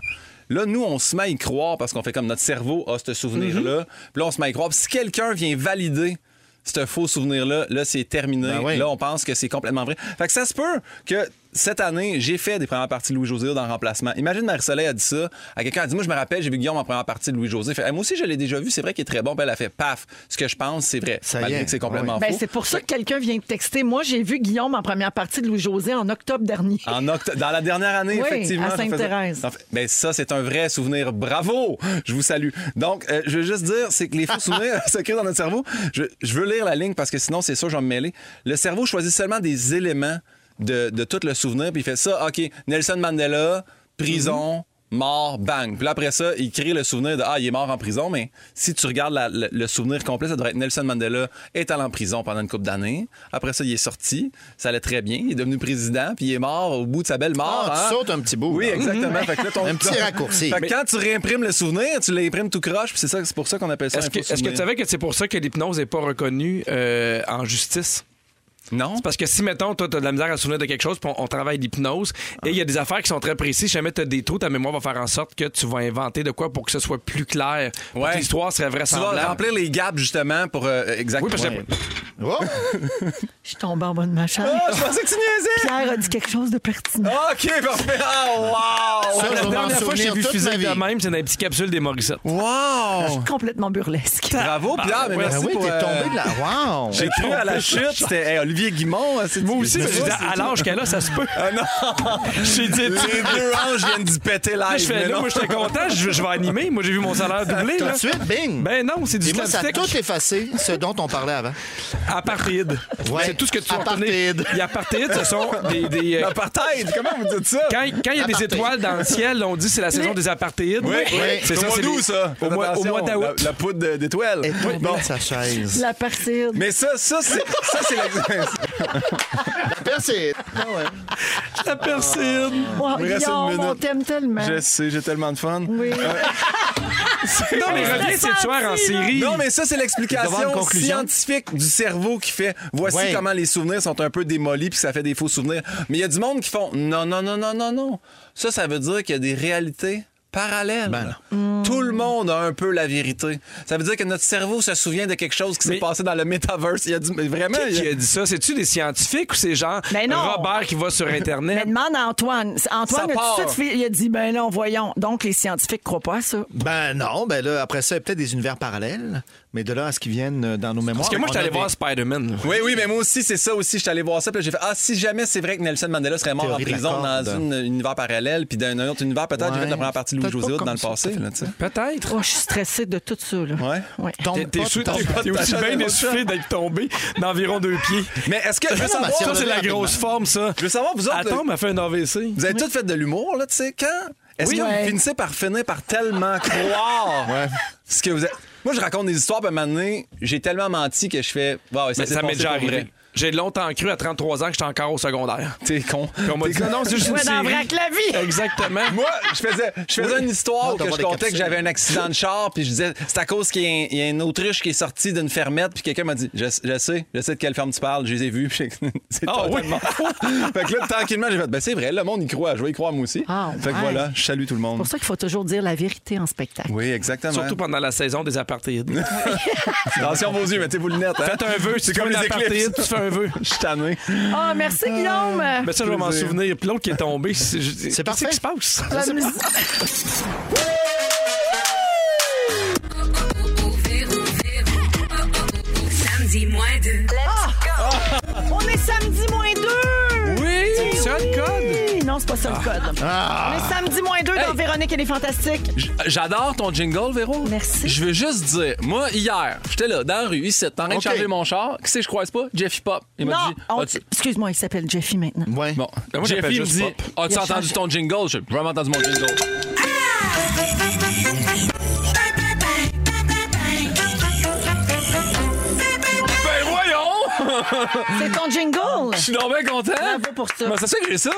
Là, nous, on se met à y croire parce qu'on fait comme notre cerveau a ce souvenir-là. Mm-hmm. Puis là, on se met à y croire. Puis si quelqu'un vient valider ce faux souvenir-là, là, c'est terminé. Ben oui. Là, on pense que c'est complètement vrai. Fait que ça se peut que cette année, j'ai fait des premières parties de Louis-José Hood en remplacement. Imagine Marie-Soleil a dit ça à quelqu'un. Elle dit Moi, je me rappelle, j'ai vu Guillaume en première partie de Louis-José. Fait, Hey, moi aussi, je l'ai déjà vu. C'est vrai qu'il est très bon. Puis elle a fait paf. Ce que je pense, c'est vrai. Ça y Malgré est. que c'est complètement Ben, faux. c'est pour ça que quelqu'un vient te texter. Moi, j'ai vu Guillaume en première partie de Louis-José en octobre dernier. En octo- dans la dernière année, Oui, effectivement. à ça faisait- Sainte-Thérèse. En fait- Ben, ça, c'est un vrai souvenir. Bravo! Je vous salue. Donc, euh, je veux juste dire, c'est que les faux souvenirs se créent dans notre cerveau. Je, je veux lire la ligne parce que sinon, c'est sûr, je vais me mêler. Le cerveau choisit seulement des éléments de, de tout le souvenir, puis il fait ça, OK, Nelson Mandela, prison. Mhm. Mort, bang. Puis là, après ça, il crée le souvenir de Ah, il est mort en prison, mais si tu regardes la- le, le souvenir complet, ça devrait être Nelson Mandela est allé en prison pendant une couple d'années. Après ça, il est sorti, ça allait très bien, il est devenu président, puis il est mort au bout de sa belle mort Ah, hein? tu sautes un petit bout, Oui, là. Mhm. exactement. Fait que là, ton- Un petit raccourci. Fait que quand tu réimprimes le souvenir, tu l'imprimes tout croche, puis c'est ça, c'est pour ça qu'on appelle ça Est-ce un que, faux est-ce que tu souvenir. savais que c'est pour ça que l'hypnose n'est pas reconnue euh, en justice? Non. C'est parce que si, mettons, toi, t'as de la misère à te souvenir de quelque chose, puis on, on travaille l'hypnose, et il y a des affaires qui sont très précises. Si jamais t'as des trous, ta mémoire va faire en sorte que tu vas inventer de quoi pour que ce soit plus clair. pour Ouais. que l'histoire serait Tu vas vraisemblable. remplir les gaps, justement, pour. euh, exactement. Oui, parce que- Oh! Je suis tombée en bas de ma chambre. Ah, je pensais que tu niaisais! Pierre a dit quelque chose de pertinent. OK, parfait. Ah, Ça, La je vais m'en dernière fois que j'ai souvenir vu toute physique ma vie. de même, c'est dans les petites capsules des Morissette. wow! Wow! Complètement burlesque. Bravo, Pierre, mais ouais, merci Ah oui, pour. t'es euh, tombé de la. Wow! J'ai cru à la chute. C'était hey, Olivier Guimont. euh, c'est- Moi aussi, Mais mais j'ai dit, ça, c'est- à l'âge qu'elle a, ça se peut. Ah, non! J'ai dit, Les deux anges viennent d'y péter Là, live. je mais fais, là, non. moi, j'étais content, je, je vais animer. Moi, j'ai vu mon salaire doubler. Tout là. de suite, bing! Ben non, c'est du Et moi, ça a slapstick. tout effacé, ce dont on parlait avant. Apartheid. Ouais. C'est tout ce que tu as Apartheid. Les apartheid, ce sont des. des, euh, L'apartheid, comment vous dites ça? quand quand il y a des Apartheid. étoiles dans le ciel, on dit que c'est la saison des apartheids. Oui, oui. C'est ça, au mois c'est d'août, les- ça. Au mois, au Attention, mois d'août. La, la poudre de- d'étoile. Et tombé Bon. de sa chaise. La partie. Mais ça, ça, c'est, ça, c'est la. Percé. Ah ouais. La persine. Wow, Il me reste Oh, Guillaume, une minute. on t'aime tellement. Je sais, j'ai tellement de fun. Oui. Non, mais reviens, c'est tueur en série. Non, mais ça, c'est Il doit y avoir l'explication une conclusion. scientifique du cerveau qui fait voici Ouais. comment les souvenirs sont un peu démolis puis ça fait des faux souvenirs. Mais il y a du monde qui font non, non, non, non, non, non. Ça, ça veut dire qu'il y a des réalités parallèle. Ben Tout le monde a un peu la vérité. Ça veut dire que notre cerveau se souvient de quelque chose qui s'est Mais- passé dans le metaverse. Il y a du... mais Vraiment, il y a- Qui a dit ça? C'est-tu des scientifiques ou c'est genre Mais non. Robert qui va sur Mais Internet? demande à Antoine. Antoine, Ça a tout de part. suite fait- il a dit, ben non, voyons. Donc, les scientifiques croient pas à ça. Ben non, ben là, après ça, il y a peut-être des univers parallèles, mais de là à ce qu'ils viennent euh, dans nos mémoires. Parce que moi, on je allé a voir des- Spider-Man. Oui, oui, mais moi aussi, c'est ça aussi. Je suis allé voir ça, puis là, j'ai fait Ah, si jamais c'est vrai que Nelson Mandela serait mort Théorie en de la prison corde. dans un univers parallèle, puis dans un autre univers, peut-être, Ouais. j'ai fait la première partie de Louis Peut-être José pas Hood dans comme le ça, passé, là, tu sais. Peut-être. Oh, je suis stressée de tout ça, là. Ouais. Tombe T'es- T'es pas, sou- tombe t'es- pas. t'es aussi Tombe pas. bien essoufflé d'être tombé d'environ deux pieds. Mais est-ce que. Je veux non, mais savoir, si on Ça, c'est la rapidement. grosse forme, ça. je veux savoir, vous autres, Attends, elle m'a fait un AVC. vous avez tous fait de l'humour, là, tu sais, quand? Est-ce Oui. que Ouais. vous finissez par finir par tellement croire ce que vous êtes. Moi, je raconte des histoires, puis à un moment donné, j'ai tellement menti que je fais. Wow, Mais s'est ça m'est passé déjà pour vrai. arrivé. J'ai longtemps cru à 33 ans que j'étais encore au secondaire. T'es con. Puis on m'a dit, non, non, c'est juste une Ouais, dans série. Vrac la vie. Exactement. Moi, je faisais, je faisais une histoire Non, que d'avoir je des contais que capsules. j'avais un accident de char, puis je disais, c'est à cause qu'il y a un- il y, a une autruche qui est sortie d'une fermette, puis quelqu'un m'a dit, je, je sais, je sais de quelle ferme tu parles, je les ai vus, puis j'ai- c'est Ah oui? totalement Fait que là, tranquillement, j'ai fait, ben c'est vrai, le monde y croit, je vais y croire moi aussi. Ah, fait que ouais. voilà, je salue tout le C'est monde. pour ça qu'il faut toujours dire la vérité en spectacle. Oui, exactement. Surtout pendant la saison des apartheids. Attention vos yeux, mettez vos lunettes. hein. Faites un vœu, c'est C'est comme comme les les apartheids, éclipses. tu fais un vœu. Je suis tanné. Ah, merci, Guillaume. Euh, ben, Mais ça, je vais m'en souvenir. Puis l'autre qui est tombé, c'est qu'est-ce parfait. qui se passe? La musique. Samedi moins deux. Ah! On est samedi moins deux. Oui, c'est ça le code. Ah. Oui, Non, c'est pas ça le code. On est samedi moins deux dans Véronique et les Fantastiques. J- J'adore ton jingle, Oh, Véro. Merci. Je veux juste dire, moi, hier, j'étais là, dans la rue, ici, en train de OK. charger mon char. Qui c'est que je croise pas? Jeffy Pop. Il m'a Non, dit, on- As-tu- excuse-moi, il s'appelle Jeffy maintenant. Ouais. Bon, Ben, moi, j'appelle Jeffy me juste dit Pop. As-tu Il a entendu changé. ton jingle J'ai vraiment entendu mon jingle. Ben voyons C'est ton jingle? Je suis donc bien content Bravo pour ça. Mais Ben, c'est sûr que j'ai ça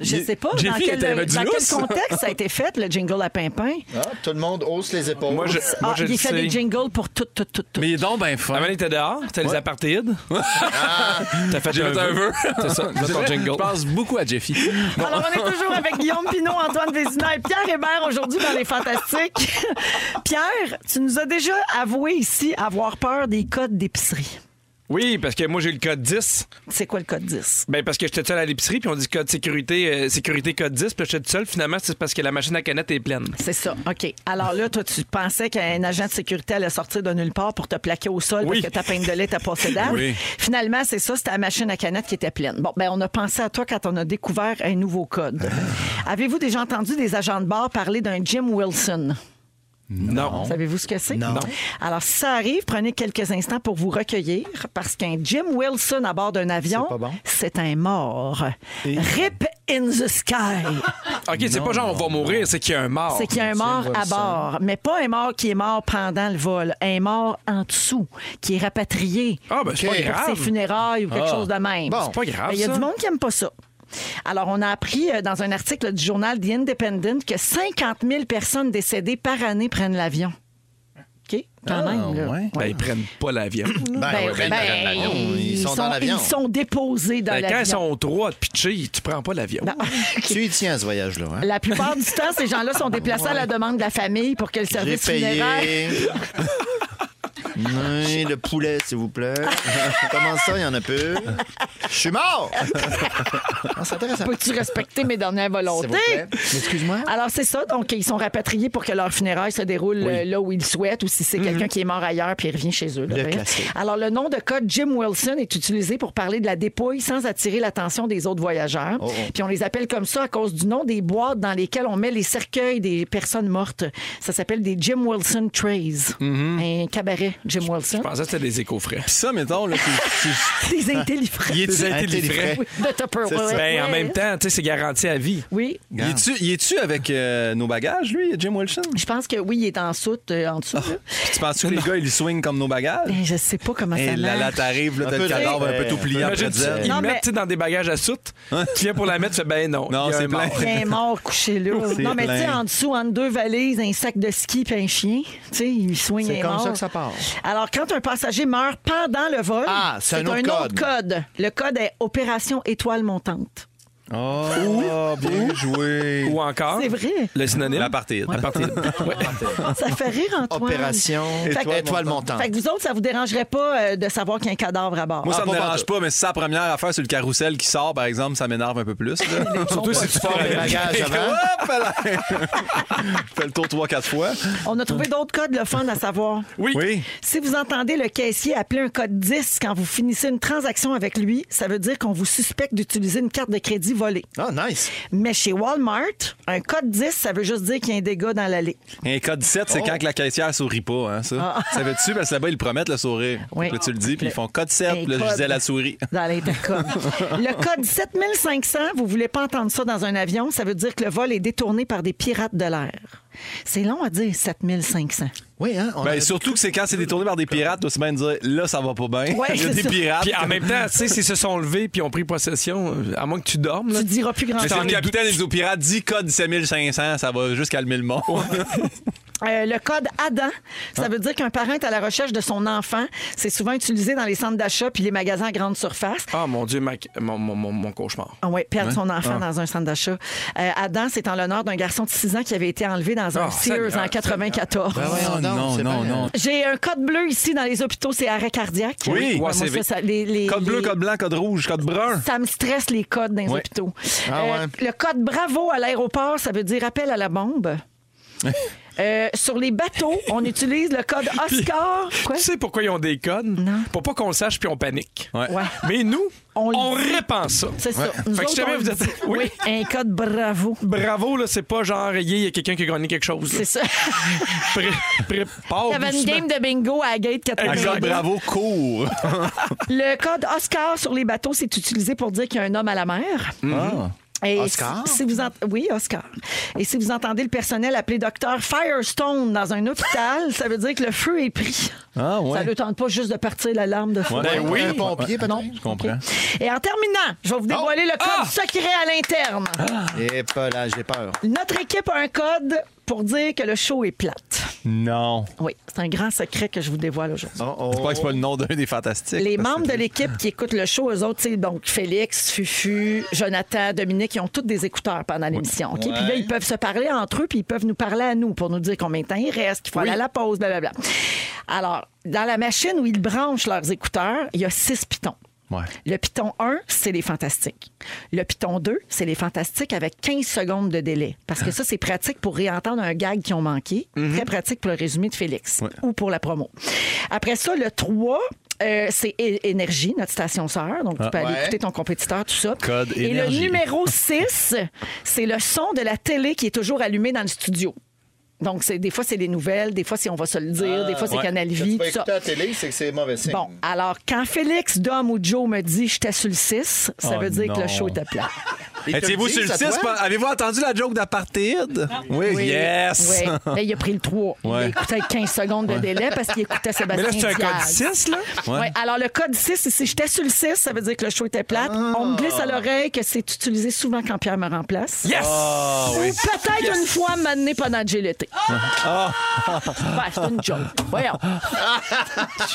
Je sais pas dans Jeffy quel, était- avait du dans quel lousse. contexte ça a été fait, le jingle à Pimpin. Ah, tout le monde hausse les épaules. Moi, je, moi, Ah, je il le fait sais. des jingles pour tout, tout, tout, tout. Ah, Mais il est donc bien La fort. manette était dehors, t'as les aparthéides. T'as fait J'ai fait un vœu. C'est ça, Je c'est ton dirais, jingle. Je pense beaucoup à Jeffy. Alors, on est toujours avec Guillaume Pinot, Antoine Vézina et Pierre Hébert aujourd'hui dans Les Fantastiques. Pierre, tu nous as déjà avoué ici avoir peur des codes d'épicerie. Oui, parce que moi, j'ai le code 10. C'est quoi le code 10? Ben, parce que j'étais seul à l'épicerie, puis on dit code sécurité, euh, sécurité code 10, puis j'étais tout seul. Finalement, c'est parce que la machine à canettes est pleine. C'est ça. OK. Alors là, toi, tu pensais qu'un agent de sécurité allait sortir de nulle part pour te plaquer au sol Oui. parce que ta peine de lait était pas cédable. Oui. Finalement, c'est ça, c'était la machine à canette qui était pleine. Bon, ben on a pensé à toi quand on a découvert un nouveau code. Avez-vous déjà entendu des agents de bar parler d'un Jim Wilson? Non. Savez-vous ce que c'est? Non. Alors, si ça arrive, prenez quelques instants pour vous recueillir parce qu'un Jim Wilson à bord d'un avion, C'est pas bon. c'est un mort. Rip in the sky. OK, c'est pas genre on va mourir, c'est qu'il y a un mort. C'est Ah, qu'il y a un mort à Wilson. bord, mais pas un mort qui est mort pendant le vol, un mort en dessous, qui est rapatrié Ah, ben, c'est Ok. pas pour ses grave. funérailles ou quelque chose de même. Ah. Bon. C'est pas grave. Mais Il y a ça. du monde qui n'aime pas ça. Alors, on a appris euh, dans un article du journal The Independent que 50 000 personnes décédées par année prennent l'avion. OK? Quand même. là. ouais. Ben, ils prennent pas l'avion. Ah, Ben, Ben, ouais, ben, ben, ils prennent l'avion. Ils sont dans l'avion. Ils sont déposés dans Ben, quand ils l'avion. Ben, sont trois de pitcher, tu prends pas l'avion. Non. Tu y tiens à ce voyage-là. Hein? La plupart du temps, ces gens-là sont déplacés à la demande de la famille pour que le J'ai service funéraire payé. Oui, le poulet, s'il vous plaît. Comment ça, il y en a peu? Je suis mort! Ah, c'est intéressant. Peux-tu respecter mes dernières volontés? Excuse-moi. Alors, c'est ça. Donc, ils sont rapatriés pour que leur funérailles se déroule euh, là où ils le souhaitent ou si c'est quelqu'un qui est mort ailleurs puis il revient chez eux. là, Mhm. Le ben. classique. Alors, le nom de code Jim Wilson est utilisé pour parler de la dépouille sans attirer l'attention des autres voyageurs. Oh, oh. Puis, on les appelle comme ça à cause du nom des boîtes dans lesquelles on met les cercueils des personnes mortes. Ça s'appelle des Jim Wilson Trays. Mhm. Un cabaret, Jim Wilson. Je pensais que c'était des éco-frais. Puis ça, mettons, là, tu- tu- Des intelligents. Il est-tu intelligent? Oui, de Tupperware. Ben, en même temps, tu sais, c'est garanti à vie. Oui. il est-tu- il est-tu avec euh, nos bagages, lui, Jim Wilson? Je pense que oui, il est en soute, euh, en dessous. Ah. là. Tu penses que les gars, ils lui swingent comme nos bagages? Eh, Ben, je sais pas comment ça Et là, là, marche. euh, t'arrives, là, Un t'as peu le de- cadavre un peu tout plié en Imagine, tu, pretzel. ils Non, le mais- mettent tu sais, dans des bagages à soute. tu viens pour la mettre, tu fais ben non. Non, il y a c'est un plein. mort. Il y a un mort couché là. C'est Non, mais tu sais, plein. en dessous, entre deux valises, un sac de ski puis un chien. Tu sais, il soigne C'est un comme mort. ça que ça part. Alors, quand un passager meurt pendant le vol, Ah, c'est un autre code. code. Le code est Opération Étoile Montante. Oh, bien joué. Ou encore. C'est vrai. Le synonyme. La partie. La partie. Ouais. Ah, Ça fait rire, Antoine. Ah. Opération Étoile, montante. Fait que vous autres, ça vous dérangerait pas euh, de savoir qu'il y a un cadavre à bord. Moi, ça Ah, me pas dérange pantoute. pas, mais si c'est la première affaire sur le carrousel qui sort, par exemple, ça m'énerve un peu plus. là. Surtout si tu Fort parles les bagages avant. Hop là! Je fais le tour trois, quatre fois. On a trouvé d'autres codes, le fun à savoir. Oui. Oui. Si vous entendez le caissier appeler un code 10 quand vous finissez une transaction avec lui, ça veut dire qu'on vous suspecte d'utiliser une carte de crédit volée. Ah, nice. Mais chez Walmart, un code 10, ça veut juste dire qu'il y a un dégât dans l'allée. Un code 7, c'est quand que la caissière sourit pas, hein, ça. Ça veut-tu? Parce que là-bas, ils promettent le sourire. Oui. Là, tu le dis, puis ils font code 7, Un puis là, code. je disais la souris. Dans l'intercom. le code 7500, vous voulez pas entendre ça dans un avion, ça veut dire que le vol est détourné par des pirates de l'air. C'est long à dire, 7500. Oui, hein? on Ben, a- surtout que c'est quand c'est détourné par des pirates, aussi bien dire là, ça va pas bien. Ouais, Il y a c'est des ça. pirates. Puis en même temps, tu sais, s'ils se sont levés puis ont pris possession, euh, à moins que tu dormes, là. Tu diras plus grand Mais si chose. le capitaine des pirates dit code 7500, ça va juste calmer le monde. Euh, le code Adam, ça veut dire qu'un parent est à la recherche de son enfant. C'est souvent utilisé dans les centres d'achat puis les magasins à grande surface. Ah mon Dieu, ma- mon, mon- mon- mon cauchemar. Ah ouais, perdre son enfant dans un centre d'achat. Euh, Adam, c'est en l'honneur d'un garçon de 6 ans qui avait été enlevé dans un Oh, Sears Seigneur, en 94. Ben voyons Oh, donc, non, c'est non, bien. non. J'ai un code bleu ici dans les hôpitaux, c'est arrêt cardiaque. Oui, Ouais, ouais, moi, c'est ça, ça, les- les- Code bleu, les- code blanc, code rouge, code brun. Ça me stresse les codes dans les Ouais. hôpitaux. Euh, Ah ouais. Le code bravo à l'aéroport, ça veut dire appel à la bombe. Euh, sur les bateaux, on utilise le code Oscar. Quoi? Tu sais pourquoi ils ont des codes? Non. Pour pas qu'on le sache puis on panique. Ouais. Ouais. Mais nous, On on, le dit. répand ça. C'est ça. Nous Fait que si autres, jamais on vous le êtes- dit. Oui. Un code bravo. Bravo, là, c'est pas genre, yeah, il y a quelqu'un qui a gagné quelque chose. C'est ça. Il y avait Prépare une game de bingo à la Gate Un 92. code bravo court. Le code Oscar sur les bateaux, c'est utilisé pour dire qu'il y a un homme à la mer. Mm-hmm. Ah. Et Oscar? Si si vous ent- Oui, Oscar. Et si vous entendez le personnel appeler docteur Firestone dans un hôpital, ça veut dire que le feu est pris. Ah, ouais. Ça ne tente pas juste de partir l'alarme de feu. Ben oui. Un pompier, peut-être. Non. Je comprends. Et en terminant, je Oh! vais vous dévoiler le Ah! code secret à l'interne. Ah! Et pas là, j'ai peur. Notre équipe a un code pour dire que le show est plate. Non. Oui, c'est un grand secret que je vous dévoile aujourd'hui. Oh, oh. J'espère que c'est pas le nom d'un des fantastiques. Les parce que membres de Ah, c'est- l'équipe qui écoutent le show, eux autres, tu sais, donc Félix, Fufu, Jonathan, Dominique, ils ont tous des écouteurs pendant l'émission. OK? Puis là, ils peuvent se parler entre eux, puis ils peuvent nous parler à nous pour nous dire combien de temps il reste, qu'il faut aller à la pause, blablabla. Alors, dans la machine où ils branchent leurs écouteurs, il y a six pitons. Ouais. Le piton 1, c'est les fantastiques. Le piton 2, c'est les fantastiques avec 15 secondes de délai. Parce Ah. que ça, c'est pratique pour réentendre un gag qui ont manqué. Mhm. Très pratique pour le résumé de Félix ou pour la promo. Après ça, le 3, euh, c'est É- Énergie, notre station sœur. Donc, tu peux aller Ouais. écouter ton compétiteur, tout ça. Ah. Code Et le Énergie. numéro 6, c'est le son de la télé qui est toujours allumé dans le studio. Donc, c'est- des fois, c'est des nouvelles, des fois, c'est on va se le dire, des fois, c'est ouais. Canal Quand Vie, tu vas tout ça. écouter la télé, c'est que c'est mauvais signe. Bon, alors, quand Félix, Dom ou Joe me dit j'étais sur le 6, ça Ah, Oh veut dire que non. le show était plat. Et te Étiez-vous le Eh, sur le disent, à 6? toi? Avez-vous entendu la joke d'apartheid? Oui. Yes! Oui. Là, Ben, il a pris le 3. Il Ouais. écoutait avec 15 secondes de délai parce qu'il écoutait Mais Sébastien. là, c'est un Diaz. code 6, là? Ouais. Ouais, alors, le code 6, si j'étais sur le 6, ça veut dire que le show était plate. On me Ah. glisse à l'oreille que c'est utilisé souvent quand Pierre me remplace. Yes! Ah Ou peut-être une fois m'amener pendant que j'ai l'été. Ah! Ah! Ouais, c'est une joke. Voyons.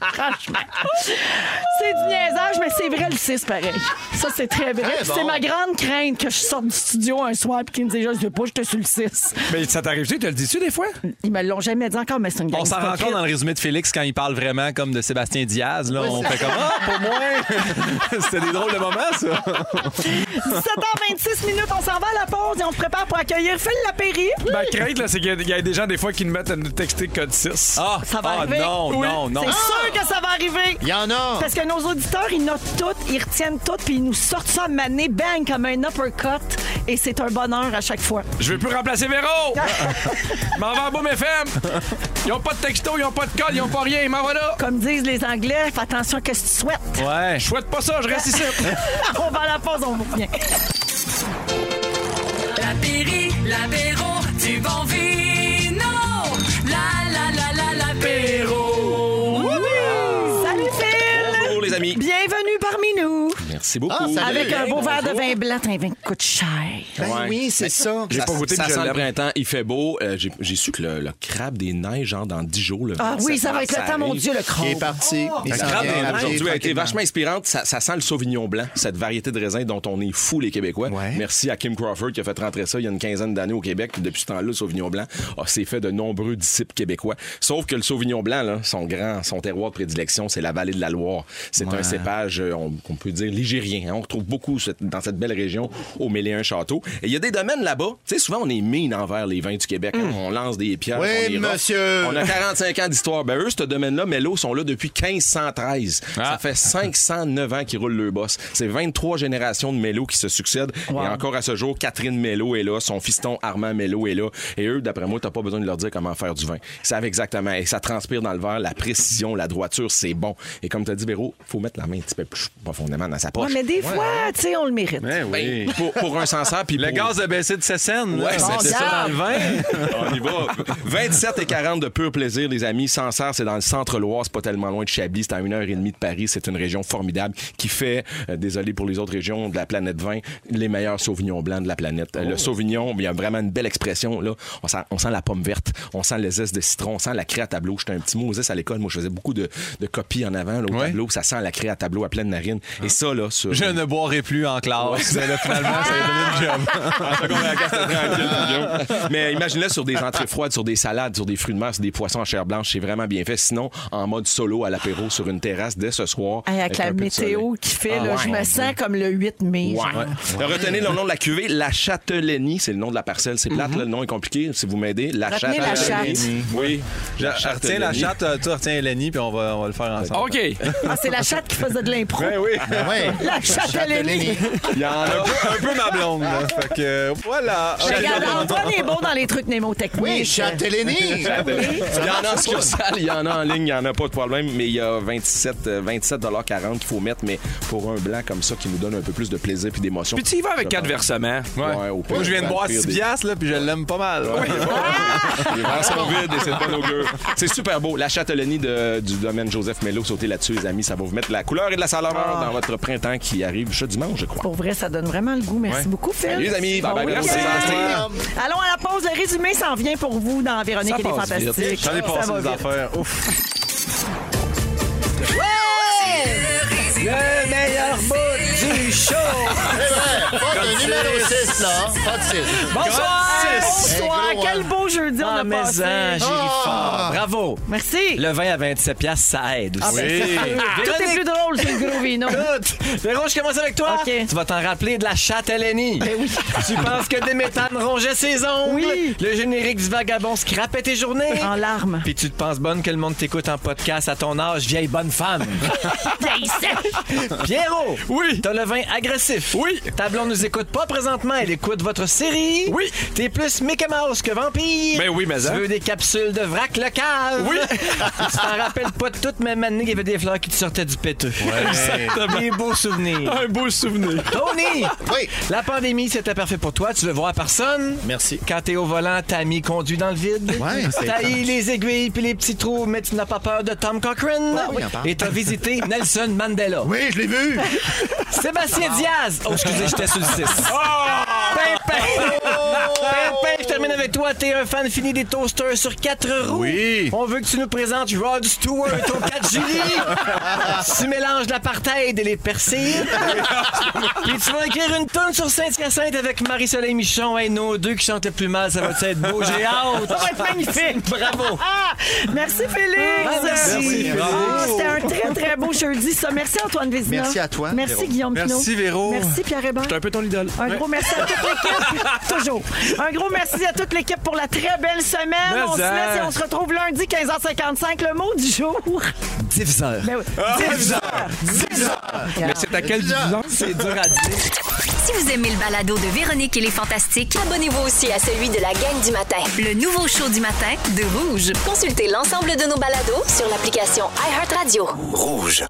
Franchement. C'est du niaisage, mais c'est vrai le 6 pareil. Ça, c'est très Eh vrai. Puis C'est ma grande crainte que je sorte du studio un soir et qu'ils me disent Je veux pas, j'étais sur le 6. Mais ça t'arrive-tu? Te le dis-tu des fois? Ils me l'ont jamais dit encore, mais c'est une grande On s'en rend compte dans le résumé de Félix quand il parle vraiment comme de Sébastien Diaz. Là, on fait comme Ah, pour moi! C'était des drôles de moments, ça! 17h26 minutes, on s'en va à la pause et on se prépare pour accueillir Phil Lapéry. Ben, Ma Ben, crainte, là, c'est qu'il y a- il y, a des gens, des fois, qui nous mettent à nous texter code 6. Ah, Ça va ah, arriver. Non, Oui. non, non. Ah! C'est sûr que ça va arriver. Il y en a! Parce que nos auditeurs, ils notent tout, ils retiennent tout, puis ils nous sortent ça à maner bang comme un uppercut. Et c'est un bonheur à chaque fois. Je veux plus remplacer Véro! M'en va à Boom FM! Ils ont pas de texto, ils ont pas de code, ils ont pas rien, m'en va là! Comme disent les Anglais, fais attention à ce que tu souhaites. Ouais. Je souhaite pas ça, je reste ici! on va à la pause, on vous revient. La Péri, l'apéro du bon vino. La la la la l'apéro. Salut Phil! Oh, Bonjour, les amis. Bienvenue parmi nous. Merci beaucoup. Ah, ça- Avec un beau Bonjour. verre de vin blanc, un vin qui coûte cher. Ben Ouais. oui, c'est ça. J'ai Ça- pas goûté, ça mais je sent le l'aime. printemps, il fait beau. Euh, j'ai- J'ai su que le, le crabe des neiges, genre dans 10 jours, le Ah oui, 27 ça va mars, être le temps, mon arrive. Dieu, le Il est croc. parti. Il La s'en crabe vient, des neiges, arrive aujourd'hui a été tranquillement. vachement inspirante. Ça, ça sent le Sauvignon blanc, cette variété de raisin dont on est fou, les Québécois. Ouais. Merci à Kim Crawford qui a fait rentrer ça il y a une quinzaine d'années au Québec. Puis depuis ce temps-là, le Sauvignon blanc a s'est fait de nombreux disciples québécois. Sauf que le Sauvignon blanc, là, son grand, son terroir de prédilection, c'est la vallée de la Loire. C'est un cépage, euh, on, qu'on peut dire, ligérien. hein. On retrouve beaucoup ce- dans cette belle région au Méléen-Château. Et il y a des domaines là-bas. Tu sais, souvent, on est mine envers les vins du Québec. Mm. hein. On lance des pierres. Oui, on les roche. monsieur. On a 45 ans d'histoire. Ben eux, ce domaine-là, Mello, sont là depuis 1513. Ah. Ça fait 509 ans qu'ils roulent le boss. C'est 23 générations de Mello qui se succèdent. Et encore à ce jour, Catherine Mello est là, son fiston Armand Mello est là. Et eux, d'après moi, t'as pas besoin de leur dire comment faire du vin. Ils savent exactement. Et ça transpire dans le verre, la précision, la droiture, c'est bon. Et comme t'as dit, Béro, faut mettre la main un petit peu plus profondément dans sa Ouais, hein? poche. mais des fois, tu sais, on le mérite. Ben oui. Ben, pour, pour un senseur, puis Le pour- gaz a baissé de 7 cents. là. Ouais, Mettez c'est ça ça. dans le vin. On y va. 27 et 40 de pur plaisir, les amis. Sancerre, c'est dans le centre-Loire. C'est pas tellement loin de Chablis. C'est à une heure et demie de Paris. C'est une région formidable qui fait, euh, désolé pour les autres régions de la planète 20, les meilleurs sauvignons blancs de la planète. Oh. Euh, Le sauvignon, il y a vraiment une belle expression. Là, on sent, on sent la pomme verte. On sent le zeste de citron. On sent la craie à tableau. J'étais un petit Moses à l'école. Moi, je faisais beaucoup de, de copies en avant, là, au Ouais. Ah. tableau. Ça sent la craie à tableau à pleine narine. Et ça, là, sur... Je ne boirai plus en Ah classe. Mais là, finalement, ça a donné une job. Ah. Mais imaginez sur des entrées froides, sur des salades, sur des fruits de mer, sur des poissons en chair blanche, c'est vraiment bien fait. Sinon, en mode solo à l'apéro sur une terrasse dès ce soir. Hey, avec un la peu de météo soleil. qui fait, Ah là, ouais, je mon me Dieu. sens comme le 8 mai. Ouais. genre. Ouais. Retenez le nom de la cuvée, la Châtellenie, c'est le nom de la parcelle. C'est plate, là, le nom est compliqué. Si vous m'aidez, la Mm-hmm. Retenez la Châtellenie. Oui. Je je retiens la chatte, euh, toi retiens Eleni, puis on va, on va le faire ensemble. OK. Ah, c'est la chatte qui faisait de l'impro. Ben oui, Ah ouais. La châtellenie. il y en a un peu, un peu ma blonde. là. Fait que euh, voilà. Ah, Je Regarde, Antoine est bon dans les trucs mnémotechniques. Oui, Châtellenie. Il y en a en succursale, il y en a en ligne, il n'y en a pas de problème, mais il y a 27, euh, 27,40 qu'il faut mettre, mais pour un blanc comme ça qui nous donne un peu plus de plaisir puis d'émotion. Puis tu y vas avec quatre versements. Ouais. Ouais, au pire, Moi, je viens de ça boire pire 6 des- piastres, là, puis je l'aime pas mal. Les verres sont vides et c'est pas nos gueux. C'est super beau. La châtellenie de- du domaine Joseph Mello, sautez là-dessus, les amis. Ça va vous mettre la couleur et de la saveur Ah. dans votre printemps qui arrive je dimanche, je crois. Pour vrai, ça donne vraiment le goût. Merci beaucoup, Phil. Salut, les amis. Bye bye. Bon Merci, week-end. Sébastien. Allons à la pause. Le résumé s'en vient pour vous dans Véronique et les passe vite. Fantastiques. J'en ai Ça passé va des vite. affaires. Ouf. Pas de numéro 6, là. Pas de 6. Bonsoir! Bonsoir. Hey, gros, Quel hein. beau jeudi on Ah, a mais passé. Ah. hein, j'ai ri fort. Bravo. Merci. Le vin à 27 piastres, ça aide Ah, aussi. ben, Tout est plus drôle, c'est le gros vino. Tout. Véro, je commence avec toi. OK. Tu vas t'en rappeler de la châtellenie. Tu penses que des méthanes rongeaient ses ongles. Oui. Ah. Le générique du vagabond scrapait tes journées. En larmes. Puis tu te penses bonne que le monde t'écoute en podcast à ton âge, vieille bonne femme. Pierrot! Oui. T'as le vin agressif. Oui. Ta blonde nous écoute pas présentement, elle écoute votre série. Oui. T'es plus Mickey Mouse que vampire. Ben oui, mais Tu hein. veux des capsules de vrac le cave. Oui. tu t'en rappelles pas de toutes, mais maintenant, il y avait des fleurs qui te sortaient du péteux. Des beaux souvenirs. Un beau souvenir. Tony! Oui. La pandémie, c'était parfait pour toi. Tu veux voir personne? Merci. Quand t'es au volant, t'as mis conduit dans le vide. Ouais, c'est t'as étrange. eu les aiguilles puis les petits trous, mais tu n'as pas peur de Tom Cochrane. Ah oui, on parle. Et t'as visité Nelson Mandela. Oui, je l'ai vu. Sébastien Diaz. Oh, excusez, j'étais sur le 6. Pimpin. Oh! Pimpin, je termine avec toi. T'es un fan fini des toasters sur quatre roues. Oui. On veut que tu nous présentes Rod Stewart au 4 juillet. tu mélanges l'apartheid et les persils. Puis tu vas écrire une tonne sur Saint-Hyacinthe avec Marie-Soleil Michon. et nos deux qui chantent le plus mal, ça va être beau. J'ai hâte. Ça va être magnifique. Bravo. Ah, merci Félix. Merci. Ah, C'était un très, très beau jeudi, ça. Merci Antoine Vézina. Merci à toi, Merci Véro. Guillaume Pinot. Merci, Véro. Merci Pierre Hébert. T'es un peu ton idole. Un gros merci à toute l'équipe. Toujours. Un gros merci à toute l'équipe pour la très belle semaine. Mais on se hein. laisse et on se retrouve lundi 15h55. Le mot du jour. Diviseur. Ben oui. Ah, Mais c'est à quel disant? C'est dur à dire. Si vous aimez le balado de Véronique et les Fantastiques, Abonnez-vous aussi à celui de la gang du matin. le nouveau show du matin de Rouge. Consultez l'ensemble de nos balados sur l'application iHeartRadio. Rouge.